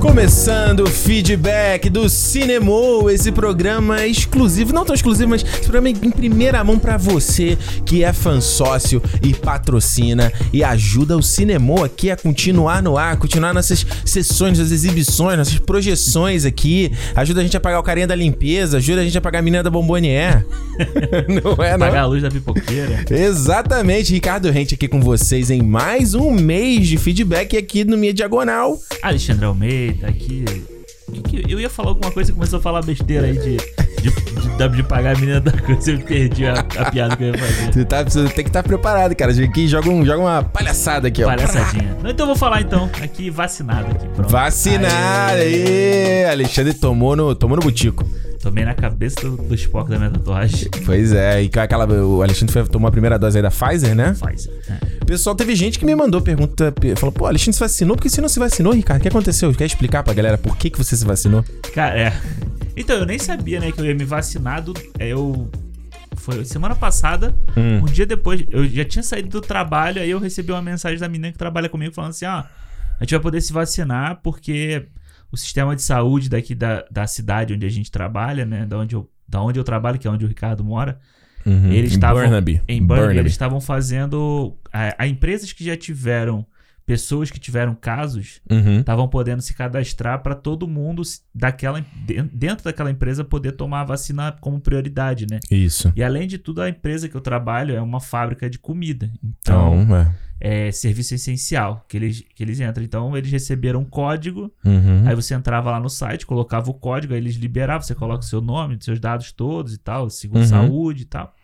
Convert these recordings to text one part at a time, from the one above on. Começando o feedback do Cinemô, esse programa exclusivo, não tão exclusivo, mas esse programa em primeira mão pra você que é fã sócio e patrocina e ajuda o Cinemô aqui a continuar no ar, continuar nossas sessões, nossas exibições, nossas projeções aqui, ajuda a gente a pagar o carinha da limpeza, ajuda a gente a pagar a menina da bombonier. não é, não? Pagar a luz da pipoqueira. Exatamente, Ricardo Rente aqui com vocês em mais um mês de feedback aqui no Minha Diagonal. Alexandre Almeida aqui. Que que- Eu ia falar alguma coisa e começou a falar besteira aí de, de, de, de- de pagar a menina da coisa. Eu perdi a, a piada que eu ia fazer. Tu tá, precisa- tem que estar preparado, cara. Aqui joga, um, joga uma palhaçada aqui, ó. Palhaçadinha. Não, então eu vou falar então. Aqui, vacinado aqui, pronto. Vacinar aí! Alexandre tomou no, tomou no butico. Tomei na cabeça do, do Spock da minha tatuagem. Pois é, e com aquela. O Alexandre foi, tomou a primeira dose aí da Pfizer, né? Faz. É. Pessoal, teve gente que me mandou pergunta. pe- Falou, pô, Alexandre se vacinou? Por que você não se vacinou, Ricardo? O que aconteceu? Quer explicar pra galera por que, que você se vacinou? Cara, é. Então, eu nem sabia, né, que eu ia me vacinar. Do, é, eu. Foi semana passada, um dia depois, eu já tinha saído do trabalho, aí eu recebi uma mensagem da menina que trabalha comigo falando assim: ó, a gente vai poder se vacinar porque o sistema de saúde daqui da, da cidade onde a gente trabalha, né, da onde, eu, da onde eu trabalho, que é onde o Ricardo mora, Eles Uhum. Em estavam Burnaby. em Burnaby, eles estavam fazendo. A, a empresas que já tiveram pessoas que tiveram casos Uhum. estavam podendo se cadastrar para todo mundo se- daquela de- dentro daquela empresa poder tomar a vacina como prioridade, né? Isso. E além de tudo, a empresa que eu trabalho é uma fábrica de comida. Então, Então, é. é serviço essencial que eles, que eles entram. Então, eles receberam um código, Uhum. aí você entrava lá no site, colocava o código, aí eles liberavam, você coloca o seu nome, seus dados todos e tal, seguro Uhum. saúde e tal.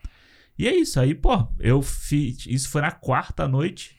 E é isso. Aí, pô, eu fiz. Isso foi na quarta à noite.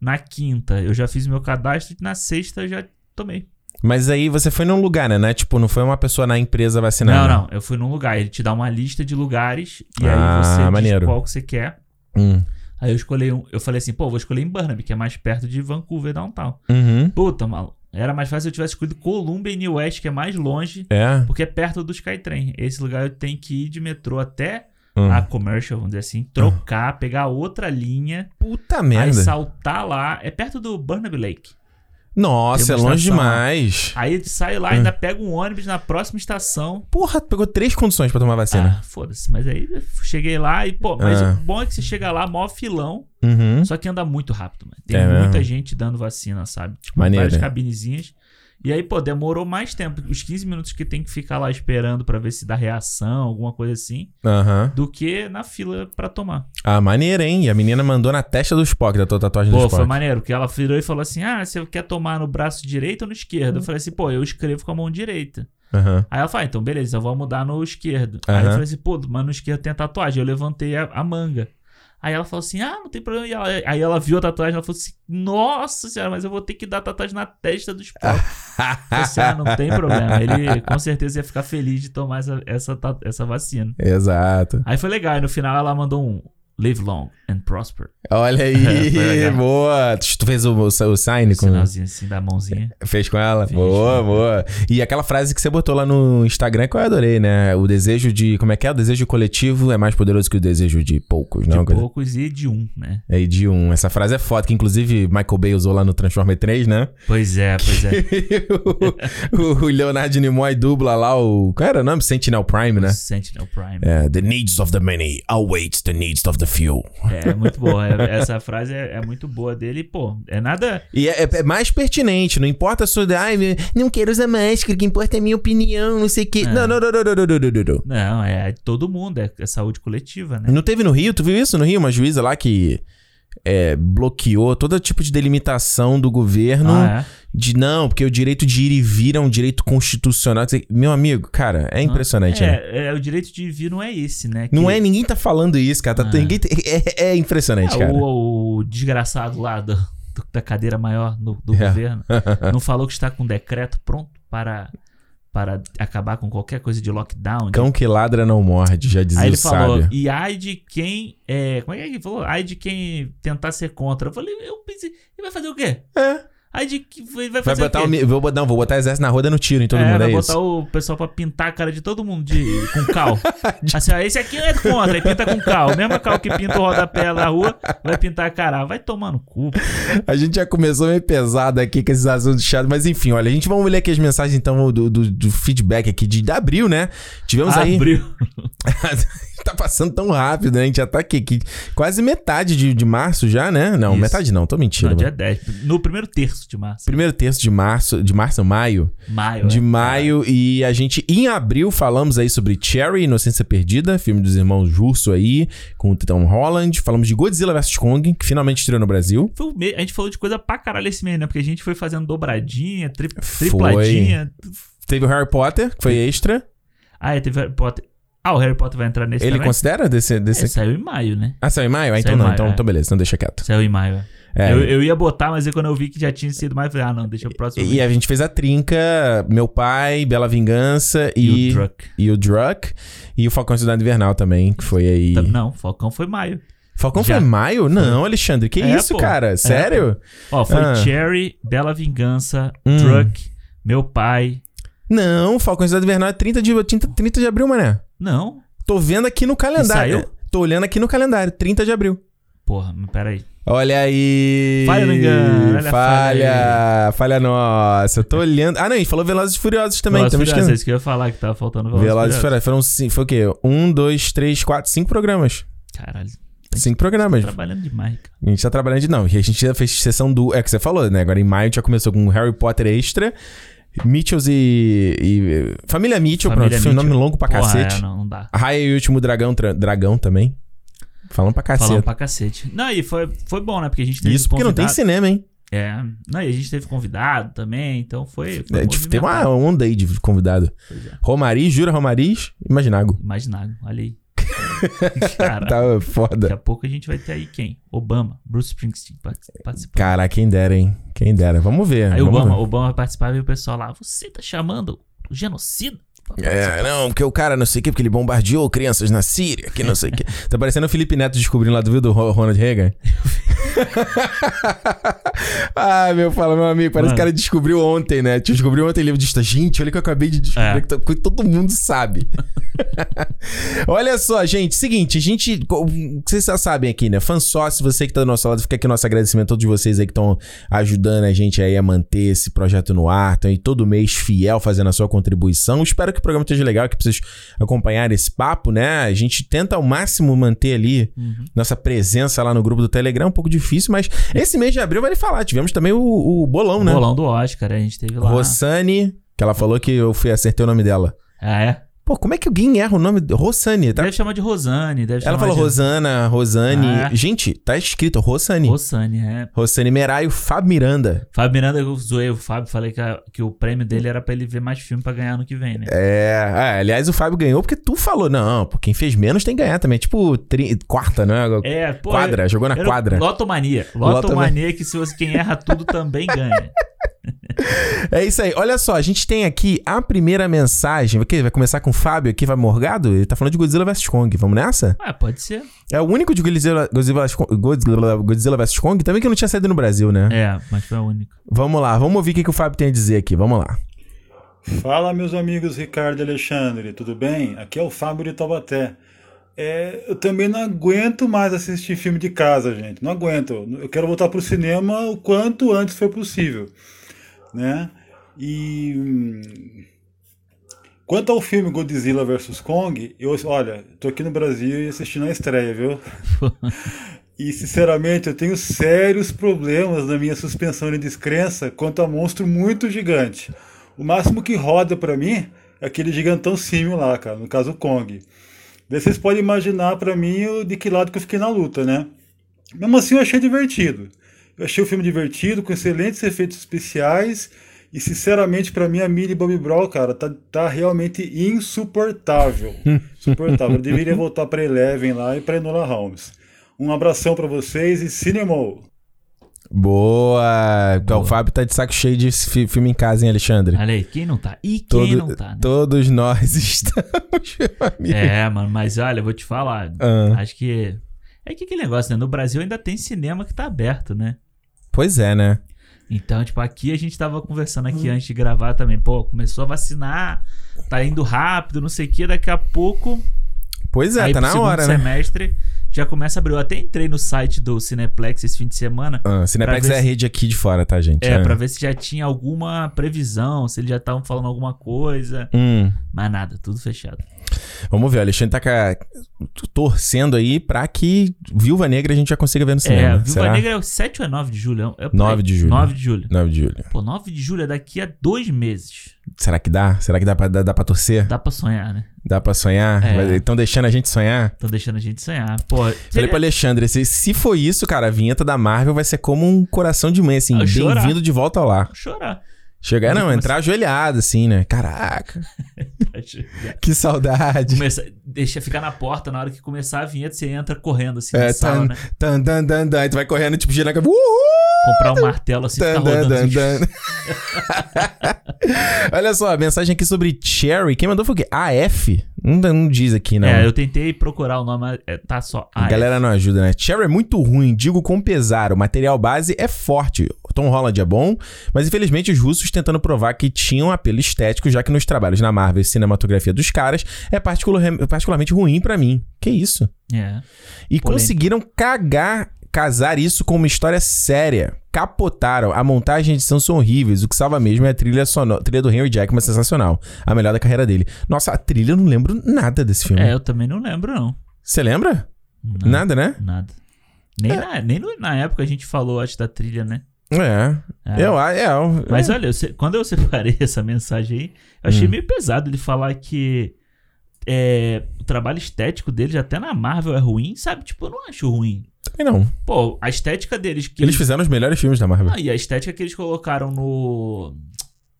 Na quinta, eu já fiz meu cadastro e na sexta eu já tomei. Mas aí você foi num lugar, né? né? Tipo, não foi uma pessoa na empresa Não, vacinada. não. Eu fui num lugar. Ele te dá uma lista de lugares e Ah, aí você diz maneiro. qual que você quer. Hum. Aí eu escolhi um. Eu falei assim, pô, vou escolher em Burnaby, que é mais perto de Vancouver Downtown. Uhum. Puta, maluco. Era mais fácil se eu tivesse escolhido Columbia e New West, que é mais longe, É? porque é perto do Skytrain. Esse lugar eu tenho que ir de metrô até Hum. a Commercial, vamos dizer assim, trocar, pegar outra linha, Puta aí merda. saltar lá. É perto do Burnaby Lake. Nossa, Tem é uma longe estação lá. demais. Aí sai Hum. lá, ainda pega um ônibus na próxima estação, Porra, tu pegou três condições pra tomar vacina. Ah, foda-se. Mas aí eu cheguei lá e, pô, mas né? Ah. o bom é que você chega lá, mó filão, Uhum. só que anda muito rápido, mano. Tem É muita mesmo? gente dando vacina, sabe? Tipo, Maneiro, várias né? cabinezinhas. E aí, pô, demorou mais tempo. Os 15 minutos que tem que ficar lá esperando pra ver se dá reação, alguma coisa assim, Aham. do que na fila pra tomar. Ah, maneiro, hein? E a menina mandou na testa do Spock, da tua tatuagem do Pô, Spock. foi maneiro, porque ela virou e falou assim: ah, você quer tomar no braço direito ou no esquerdo? Uhum. Eu falei assim, pô, eu escrevo com a mão direita. Aham. Aí ela fala, então beleza, eu vou mudar no esquerdo. Aí Aham. eu falei assim, pô, mas no esquerdo tem a tatuagem. Eu levantei a, a manga. Aí ela falou assim, ah, não tem problema. E ela- aí ela viu a tatuagem, ela falou assim, nossa senhora, mas eu vou ter que dar tatuagem na testa dos pobres. Eu falei assim, ah, não tem problema. Ele com certeza ia ficar feliz de tomar essa, essa, ta- essa vacina. Exato. Aí foi legal, e no final ela mandou um live long and prosper. Olha Foi aí, legal. boa. Tu tu fez o, o, o sign Um com. É, sinalzinho assim da mãozinha. Fez com ela? Fiz, boa, né? boa. E aquela frase que você botou lá no Instagram que eu adorei, né? O desejo de. Como é que é? O desejo coletivo é mais poderoso que o desejo de poucos, não? de Coisa- poucos e de um, né? É de um. Essa frase é foda, que inclusive Michael Bay usou lá no Transformer 3, né? Pois é, pois é. o, o Leonardo Nimoy dubla lá o. Qual era o nome? Sentinel Prime, né? Sentinel Prime. É, the needs of the many outweighs the needs of the few. É, é muito boa. É- Essa frase é, é muito boa dele, pô. É nada. E é, é- é mais pertinente, não importa a sua. Ai, meu, não quero usar máscara, o que importa é a minha opinião, não sei o quê. Não, não, não, não, não, não, não, não, não, Não, é todo mundo, é, é saúde coletiva, né? não. Não teve no Rio? Tu viu isso no Rio? Uma juíza lá que é, bloqueou todo tipo de delimitação do governo. Ah, é? De não, porque o direito de ir e vir é um direito constitucional. Quer dizer, Meu amigo, cara, é impressionante, né? Ah, É, é, o direito de vir não é esse, né? Não Que- é, ninguém tá falando isso, cara. Tá- Ah. ninguém tem- é, é impressionante, é, cara. o, o desgraçado lá do- do- da cadeira maior no- do É. governo não falou que está com um decreto pronto para, para acabar com qualquer coisa de lockdown. né? Cão que ladra não morde, já dizia Aí ele o sábio. falou, e ai de quem. É, como é que ele falou? Ai de quem tentar ser contra. Eu falei, eu pensei, ele vai fazer o quê? É. Aí Aí de que vai fazer Vai o botar quê? o mi- vou, bot- não, vou botar exército na rua dando tiro em todo é, mundo, vai é botar isso. o pessoal pra pintar a cara de todo mundo de, com cal. assim, ó, esse aqui é contra, aí pinta com cal. Mesmo cal que pinta o rodapé lá na rua, vai pintar a cara. Ah, Vai tomar no cu. A gente já começou meio pesado aqui com esses assuntos chatos, mas enfim, olha, a gente vamos ler aqui as mensagens então do, do- do feedback aqui de, de abril, né? Tivemos aí. Abriu. tá passando tão rápido, né? A gente já tá aqui, aqui quase metade de, de março já, né? Não, Isso. metade não, tô mentindo. Não, dia 10. No primeiro terço de março. Primeiro terço de março, de março, maio, Maio. de é. maio e a gente em abril falamos aí sobre Cherry, Inocência Perdida, filme dos irmãos Russo aí, com o Tom Holland, falamos de Godzilla vs Kong, que finalmente estreou no Brasil. Foi o me- A gente falou de coisa pra caralho esse mês, né? Porque a gente foi fazendo dobradinha, tri- tripladinha. Teve o Harry Potter, que foi extra. Ah, é, teve Harry Potter. Ah, o Harry Potter vai entrar nesse Ele também? considera desse É, desse saiu em maio, né? Ah, saiu em maio? Ah, Saiu então em não, maio, então, é. então beleza, então deixa quieto. Saiu em maio, é. É. Eu, eu ia botar, mas aí quando eu vi que já tinha sido maio, eu falei, ah, não, deixa o próximo. E mês. a gente fez a trinca, Meu Pai, Bela Vingança e, E o Truck. e o Druck. E o Falcão e Cidade Invernal também, que foi aí. Tá- Não, Falcão foi maio. Falcão Já. foi em maio? Não, Alexandre, que É, isso, pô. cara? Sério? Ó, foi Ah. Cherry, Bela Vingança, Hum. Truck, Meu Pai. Não, Falcão e Cidade Invernal é 30 de, 30, 30 de abril, mané. Não. Tô vendo aqui no calendário. saiu? Tô olhando aqui no calendário, 30 de abril. Porra, mas peraí. Olha aí. Falha no engano, olha a falha Falha, falha nossa. Eu tô olhando. Ah, não, a gente falou Velozes e Furiosos também. Velozes e estamos Furiosos, esquecendo. isso que eu ia falar, que tava faltando Velozes e Velozes e Furiosos. Furiosos. Foram cinco, foi o quê? Um, dois, três, quatro, cinco programas. Caralho, Cinco programas. trabalhando demais, cara. A gente tá trabalhando de não. A gente já fez sessão do. É que você falou, né? Agora em maio já começou com Harry Potter Extra, Mitchells e. e- Família Mitchell, Família pronto. Foi um Mitchell. nome longo pra Porra, é, cacete. não, não dá. Raia e o Último Dragão, tra- Dragão também. Falando pra cacete. Falando pra cacete. Não, e foi, foi bom, né? Porque a gente teve Isso porque não tem convidado. cinema, hein? É. Não, e a gente teve convidado também, então foi. foi É, tipo, tem uma movimentado. onda aí de convidado. Pois é. Romariz, Jura Romariz e Maginago. Imaginário, olha aí. Cara, Tá daqui foda. a pouco a gente vai ter aí quem? Obama, Bruce Springsteen partic- participando. Cara, quem dera, hein? Quem dera. Vamos ver. Aí o É, vamos Obama, ver. Obama vai participar e o pessoal lá, você tá chamando o genocida? pra participar?" É, não, porque o cara não sei o que, porque ele bombardeou crianças na Síria, que não sei o que. Tá parecendo o Felipe Neto descobrindo lá do vídeo do Ro- Ronald Reagan. ah, meu, fala, meu amigo, parece Mano. que o cara descobriu ontem, né? Descobriu ontem livro de história. Gente, olha o que eu acabei de descobrir, É. que to- que todo mundo sabe. olha só, gente, seguinte, a gente, co- vocês já sabem aqui, né? Fã sócio, você que tá do nosso lado, fica aqui o nosso agradecimento a todos vocês aí que estão ajudando a gente aí a manter esse projeto no ar, estão aí todo mês fiel fazendo a sua contribuição. Espero que o programa esteja legal, que pra vocês acompanharem esse papo, né? A gente tenta ao máximo manter ali Uhum. nossa presença lá no grupo do Telegram, é um pouco difícil, mas esse mês de abril vale falar. Tivemos também o, o bolão, né? Bolão do Oscar, a gente teve lá. Rossane, que ela falou que eu fui acertei o nome dela. Ah, é? Pô, como é que alguém erra o nome? Rossane, tá? Deve chamar de Rosane, Ela deve chamar falou de... Rosana, Rosane. Ah. Gente, tá escrito Rossane. Rosane, é. Rossane Meraio Fábio Miranda. Fábio Miranda, eu zoei o Fábio, falei que, a- que o prêmio dele era pra ele ver mais filme pra ganhar ano que vem, né? É, ah, aliás, o Fábio ganhou porque tu falou. Não, pô, quem fez menos tem que ganhar também. Tipo, tri- quarta, né? É, pô. quadra, jogou na era quadra. Lotomania. Lotomania. Lotomania que se você quem erra tudo também ganha. É isso aí. Olha só, a gente tem aqui a primeira mensagem. Ok, vai começar com o Fábio aqui, vai morgado? Ele tá falando de Godzilla vs. Kong. Vamos nessa? Ah, pode ser. É o único de Godzilla, Godzilla, vs. Kong- Godzilla, Godzilla vs. Kong também que não tinha saído no Brasil, né? É, mas foi a única. Vamos lá, vamos ouvir o que, que o Fábio tem a dizer aqui. Vamos lá. Fala, meus amigos Ricardo e Alexandre, tudo bem? Aqui é o Fábio de Taubaté. É, eu também não aguento mais assistir filme de casa, gente. Não aguento. Eu quero voltar pro cinema o quanto antes for possível, né? E hum, quanto ao filme Godzilla vs Kong, eu, olha, tô aqui no Brasil e assisti na estreia, viu? E sinceramente, eu tenho sérios problemas na minha suspensão de descrença quanto a monstro muito gigante. O máximo que roda pra mim é aquele gigantão símio lá, cara, no caso o Kong. Daí vocês podem imaginar pra mim o- de que lado que eu fiquei na luta, né? Mesmo assim, eu achei divertido. Eu achei o filme divertido, com excelentes efeitos especiais. E sinceramente, pra mim, a Millie Bobby Brown, cara, tá, tá realmente insuportável. Insuportável. Eu deveria voltar pra Eleven lá e pra Enola Holmes. Um abração pra vocês e Cinemol! Boa! Então, Boa. O Fábio tá de saco cheio de fi- filme em casa, hein, Alexandre? Olha aí, quem não tá? E quem Todo- não tá? Né? Todos nós estamos, meu amigo. É, mano, mas olha, eu vou te falar. Ah, Acho que. É que aquele negócio, né? No Brasil ainda tem cinema que tá aberto, né? pois é, né? Então, tipo, aqui a gente tava conversando Hum. aqui antes de gravar também. Pô, começou a vacinar, tá indo rápido, não sei o quê. Daqui a pouco, Pois é, aí tá pro na segundo hora, né? semestre, já começa a abrir. Eu até entrei no site do Cineplex esse fim de semana. Ah, Cineplex pra ver é a se- rede aqui de fora, tá, gente? É, Ah. pra ver se já tinha alguma previsão, se eles já estavam falando alguma coisa. Hum. Mas nada, tudo fechado. É, Vamos ver, o Alexandre tá ca- torcendo aí pra que Viúva Negra a gente já consiga ver no é, cinema. Viúva Será? Negra é o 7 ou é 9 de julho? É, é por aí. 9 de julho. 9 de julho. 9 de julho. Pô, 9 de julho é daqui a dois meses. Será que dá? Será que dá pra, dá, dá pra torcer? Dá, Dá pra sonhar, né? pra sonhar? É. Estão deixando a gente sonhar? Tão deixando a gente sonhar. Pô, Falei pro Alexandre, se, se for isso, cara, a vinheta da Marvel vai ser como um coração de mãe, assim, Ah, chorar. bem-vindo de volta ao lar. é, chorar. Chegar, não, Mas- entrar ajoelhado, assim, né? Caraca, que saudade. Começa, deixa ficar na porta, na hora que começar a vinheta, você entra correndo assim É, na sala, tá- né? Tan, dan, dan, dan. Aí tu vai correndo, tipo, girando a cabeça. Uhul! Comprar um martelo assim, ficar Dan, dan, rodando. dan, assim. dan. Olha só, a mensagem aqui sobre Cherry. Quem mandou foi o quê? AF? Não, não diz aqui, não. É, eu tentei procurar o nome, mas, é, tá só. A AF. galera não ajuda, né? Cherry é muito ruim, digo com pesar. O material base é forte. O Tom Holland é bom, mas infelizmente os russos tentando provar que tinham apelo estético, já que nos trabalhos na Marvel e cinematografia dos caras é particular- particularmente ruim pra mim. Que isso? É. E Polêmico. conseguiram cagar, casar isso com uma história séria. Capotaram. A montagem e a edição são horríveis. O que salva mesmo é a trilha, sonora, trilha do Henry Jackman, sensacional. A melhor da carreira dele. Nossa, a trilha eu não lembro nada desse É, filme. eu também não lembro, não. Você lembra? Não, Nada, né? Nada. Nem, na, nem no- na época a gente falou, acho, da trilha, né? É. É. Eu acho. É, eu- Mas olha, eu se- quando eu separei essa mensagem aí, eu Hum. achei meio pesado ele falar que é, o trabalho estético deles, até na Marvel, é ruim, sabe? Tipo, eu não acho ruim. Também não. Pô, a estética deles que. Eles fizeram os melhores filmes da Marvel. Não, e a estética que eles colocaram no.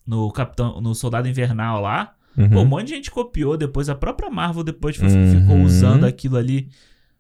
No Capitão. No Soldado Invernal lá. Uhum. Pô, um monte de gente copiou depois. A própria Marvel depois fi- Uhum. ficou usando aquilo ali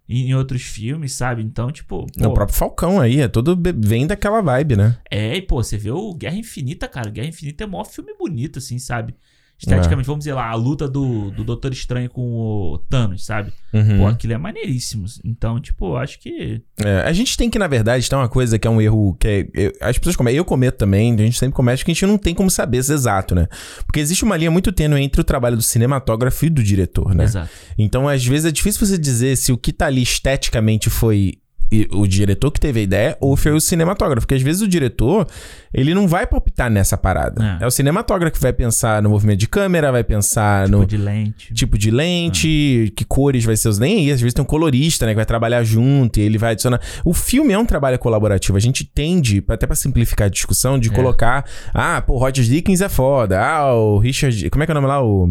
em em outros filmes, sabe? Então, tipo. Não, pô, É o próprio Falcão aí, é todo be- vem daquela vibe, né? É, e pô, você vê o Guerra Infinita, cara. Guerra Infinita é o maior filme bonito, assim, sabe? É. Esteticamente, vamos dizer lá, a luta do, do Doutor Estranho com o Thanos, sabe? Uhum. Pô, aquilo é maneiríssimo. Então, tipo, eu acho que. É, a gente tem que, na verdade, tem uma coisa que é um erro que é- eu- as pessoas cometem, eu cometo também, a gente sempre comete, que a gente não tem como saber se é exato, né? Porque existe uma linha muito tênue entre o trabalho do cinematógrafo e do diretor, né? Exato. Então, às vezes, é difícil você dizer se o que tá ali esteticamente foi e- o diretor que teve a ideia ou foi o cinematógrafo. Porque às vezes o diretor, ele não vai palpitar nessa parada. É, É. o cinematógrafo que vai pensar no movimento de câmera, vai pensar Tipo no de lente. tipo de Ah. lente, que cores vai ser os nem aí, às vezes tem um colorista, né, que vai trabalhar junto e ele vai adicionar. O filme é um trabalho colaborativo, a gente tende, até pra simplificar a discussão, de É. colocar, ah, pô, Roger Dickens é foda. Ah, o Richard, como é que é o nome lá, o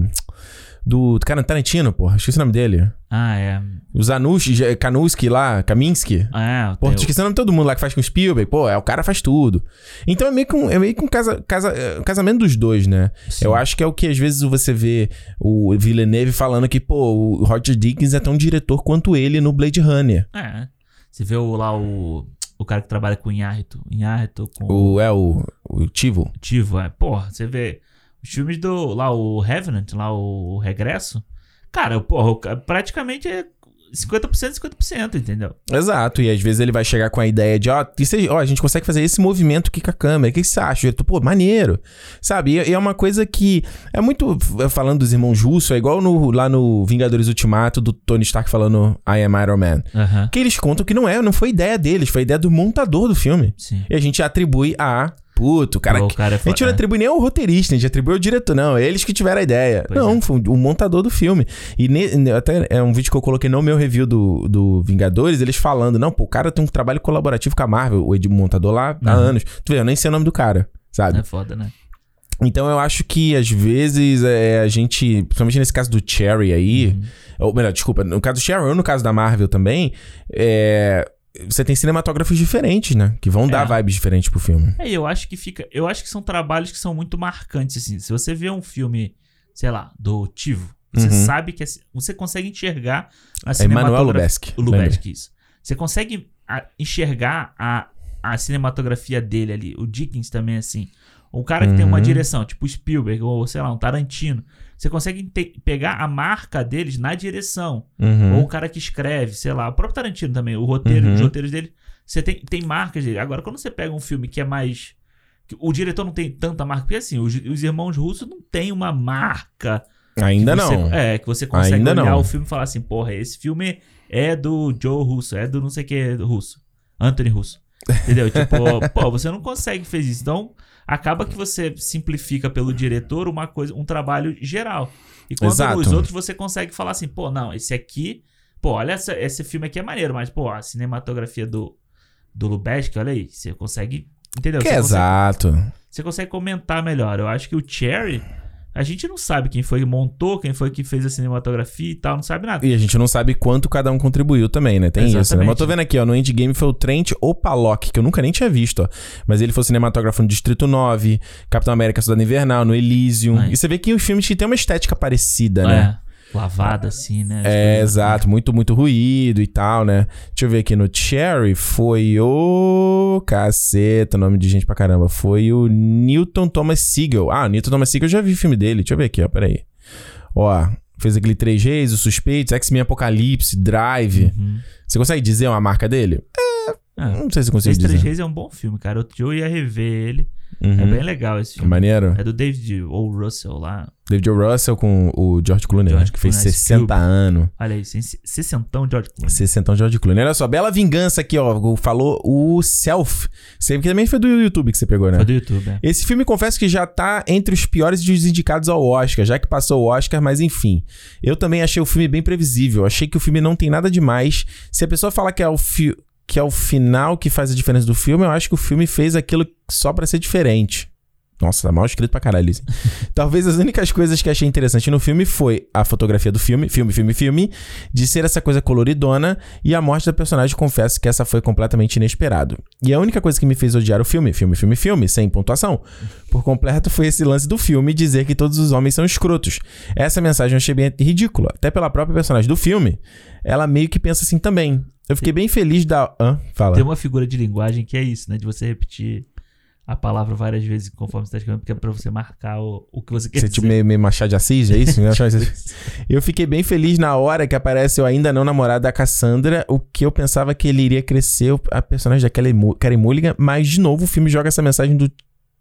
do do cara Tarantino, porra, esqueci o nome dele. Ah, é. O Zanush, Kanuski lá, Kaminsky. Ah, é. Porra, tô tem o- esquecendo o nome de todo mundo lá que faz com o Spielberg. Pô, é o cara faz tudo. Então é meio que um, é meio que um casa, casa, é, um casamento dos dois, né? Sim. Eu acho que é o que às vezes você vê o Villeneuve falando que, pô, o Roger Dickens é tão diretor quanto ele no Blade Runner. É. Você vê o- lá o. O cara que trabalha com o Inharito. Inharito com o O, é o, o Tivo. Tivo, é. Porra, você vê. Os filmes do. Lá o Revenant, lá o Regresso. Cara, porra, o ca- praticamente é 50%, 50%, entendeu? Exato, e às vezes ele vai chegar com a ideia de, ó, isso é- ó, a gente consegue fazer esse movimento aqui com a câmera, o que que você acha? O diretor, pô, maneiro, sabe? E, e é uma coisa que é muito, f- falando dos irmãos Russo, é igual no- lá no Vingadores Ultimato do Tony Stark falando I am Iron Man. Aham. Que eles contam que não é, não foi ideia deles, foi ideia do montador do filme. Sim. E a gente atribui a, puto, o cara, Pô, que- o cara é A gente não foda. atribui nem ao roteirista, a gente atribui ao diretor, não. É Eles que tiveram a ideia. Pois é. não, foi um, o montador do filme. E ne- ne- até é um vídeo que eu coloquei no meu review do, do Vingadores, eles falando, não, pô, o cara tem um trabalho colaborativo com a Marvel, o Ed, o montador lá, há Uhum. anos. Tu vê, eu nem sei o nome do cara, sabe? É foda, né? Então eu acho que às vezes é, a gente, principalmente nesse caso do Cherry aí, Uhum. ou melhor, desculpa, no caso do Cherry ou no caso da Marvel também, é, Você tem cinematógrafos diferentes, né? Que vão dar É. vibes diferentes pro filme. É, eu acho que fica. Eu acho que são trabalhos que são muito marcantes, assim. Se você vê um filme, sei lá, do Tivo, você Uhum. sabe que é ci- você consegue enxergar na É Emanuel cinematografia. Lubezki. O Lubeski, isso. Você consegue a- enxergar a, a cinematografia dele ali. O Dickens também, é assim. Um cara que tem uma Uhum. direção, tipo Spielberg, ou sei lá, um Tarantino. Você consegue inte- pegar a marca deles na direção. lembra? Uhum. Ou o cara que escreve, sei lá, o próprio Tarantino também, o roteiro, Uhum. os roteiros dele, você tem, tem marcas dele. Agora, quando você pega um filme que é mais O diretor não tem tanta marca. Porque assim, os, os irmãos russos não têm uma marca. que Ainda você- não. É, que você consegue Ainda olhar não. o filme e falar assim, porra, esse filme é do Joe Russo, é do não sei o que Russo. Anthony Russo. Entendeu? tipo, pô, você não consegue fazer isso. Então, acaba que você simplifica pelo diretor uma coisa, um trabalho geral. E quando Exato. os outros você consegue falar assim, pô, não, esse aqui, pô, olha essa- esse filme aqui é maneiro, mas pô, a cinematografia do do Lubeski, olha aí, você consegue, entendeu? Que você, é consegue, exato. você consegue comentar melhor. Eu acho que o Cherry, a gente não sabe quem foi que montou, quem foi que fez a cinematografia e tal, não sabe nada. E a gente não sabe quanto cada um contribuiu também, né? Tem isso, né? Exatamente. Mas eu tô vendo aqui, ó, no Endgame foi o Trent Opalock, que eu nunca nem tinha visto, ó. Mas ele foi cinematógrafo no Distrito 9, Capitão América Cidade Invernal, no Elysium. Aí. E você vê que os filmes que têm uma estética parecida, né? É, lavada assim, né? É, exato. Muito, muito ruído e tal, né? Deixa eu ver aqui no Cherry. Foi o. Caceta, nome de gente pra caramba. Foi o Newton Thomas Siegel. Ah, o Newton Thomas Siegel eu já vi filme dele. Deixa eu ver aqui, ó. Peraí. Ó, fez aquele 3Gs, o Suspeitos, X-Men Apocalipse, Drive. Uhum. Você consegue dizer uma marca dele? É. É. Não sei se eu consigo Os Três dizer. Reis é um bom filme, cara. Outro dia eu ia rever ele. É Uhum. bem legal esse filme. Maneiro. É do David ou Russell lá. David O. Russell com o George Clooney, George né? Que fez Clooney, é Ice 60 Cube. anos. Olha aí, sem- sessentão George Clooney. 60 anos de George Clooney. Olha só, bela vingança aqui, ó. Falou o Self. Você que também foi do YouTube que você pegou, né? Foi do YouTube, é. Esse filme, confesso que já tá entre os piores dos indicados ao Oscar, já que passou o Oscar, mas enfim. Eu também achei o filme bem previsível. Achei que o filme não tem nada demais. Se a pessoa falar que é o fi- que é o final que faz a diferença do filme, eu acho que o filme fez aquilo só pra ser diferente. Nossa, tá mal escrito pra caralho isso. Talvez as únicas coisas que achei interessante no filme foi a fotografia do filme, filme, filme, filme, de ser essa coisa coloridona e a morte da personagem, confesso que essa foi completamente inesperado. E a única coisa que me fez odiar o filme, filme, filme, filme, sem pontuação, por completo foi esse lance do filme dizer que todos os homens são escrotos. Essa mensagem eu achei bem ridícula, até pela própria personagem do filme, ela meio que pensa assim também. Eu fiquei bem feliz da... Hã? Fala. Tem uma figura de linguagem que é isso, né? De você repetir a palavra várias vezes conforme você tá escrevendo, porque é pra você marcar o, o que você quer Você tipo dizer. meio, meio Machado de Assis, é isso? Tipo isso. Eu fiquei bem feliz na hora que aparece o ainda não namorado da Cassandra, o que eu pensava que ele iria crescer o- a personagem da Kelly Mu- Karen Mulligan, mas de novo o filme joga essa mensagem do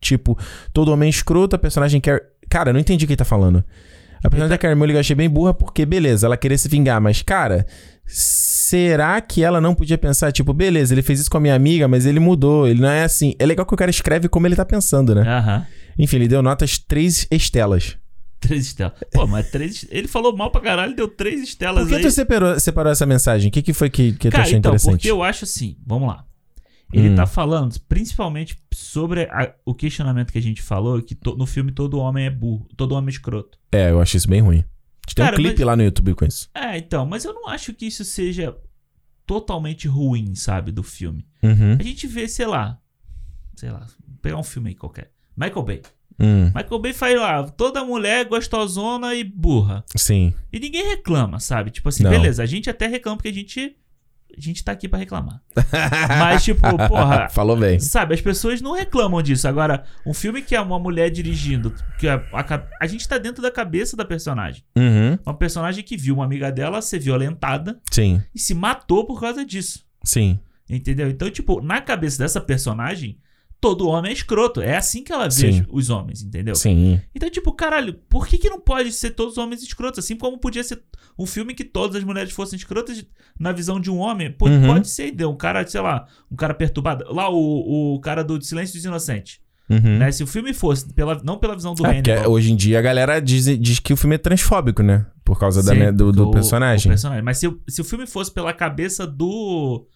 tipo, todo homem é escroto, a personagem quer... Cara, eu não entendi o que ele tá falando. A personagem da Karen Mulligan eu achei bem burra porque, beleza, ela queria se vingar, mas cara... Será que ela não podia pensar, tipo, beleza, ele fez isso com a minha amiga, mas ele mudou, ele não é assim. É legal que o cara escreve como ele tá pensando, né? Aham. Enfim, ele deu notas três estelas. Três estelas. Pô, mas três. est- Ele falou mal pra caralho, deu três estelas Por que aí. tu separou, separou essa mensagem? O que, que foi que, que tu Cara, achou então, porque interessante? eu acho assim, vamos lá. Ele Hum. tá falando principalmente sobre a- o questionamento que a gente falou, que to- no filme todo homem é burro, todo homem é escroto. É, eu acho isso bem ruim. A gente tem um Cara, clipe mas- lá no YouTube com isso. É, então, mas eu não acho que isso seja totalmente ruim, sabe, do filme. Uhum. A gente vê, sei lá. Sei lá, vou pegar um filme aí qualquer. Michael Bay. Hum, Michael Bay faz lá, toda mulher gostosona e burra. sim. E ninguém reclama, sabe? Tipo assim, Não. beleza, a gente até reclama porque a gente. A gente tá aqui pra reclamar. Mas, tipo, porra. Falou bem. Sabe, as pessoas não reclamam disso. Agora, um filme que é uma mulher dirigindo, que a, a ca- a gente tá dentro da cabeça da personagem. Uhum. Uma personagem que viu uma amiga dela ser violentada Sim, e se matou por causa disso. sim, Entendeu? Então, tipo, na cabeça dessa personagem, todo homem é escroto. É assim que ela vê Sim. os- os homens, entendeu? sim. Então, tipo, caralho, por que, que não pode ser todos os homens escrotos? Assim como podia ser um filme que todas as mulheres fossem escrotas na visão de um homem. Pode, Uhum. pode ser, entendeu? Um cara, sei lá, um cara perturbado. Lá, o, o cara do Silêncio dos Inocentes. Uhum. Né? Se o filme fosse, pela, não pela visão do É, porque Hannibal. hoje em dia a galera diz, diz que o filme é transfóbico, né? Por causa da, Sim, me- do, do personagem. o personagem. Mas se, o- se o filme fosse pela cabeça do...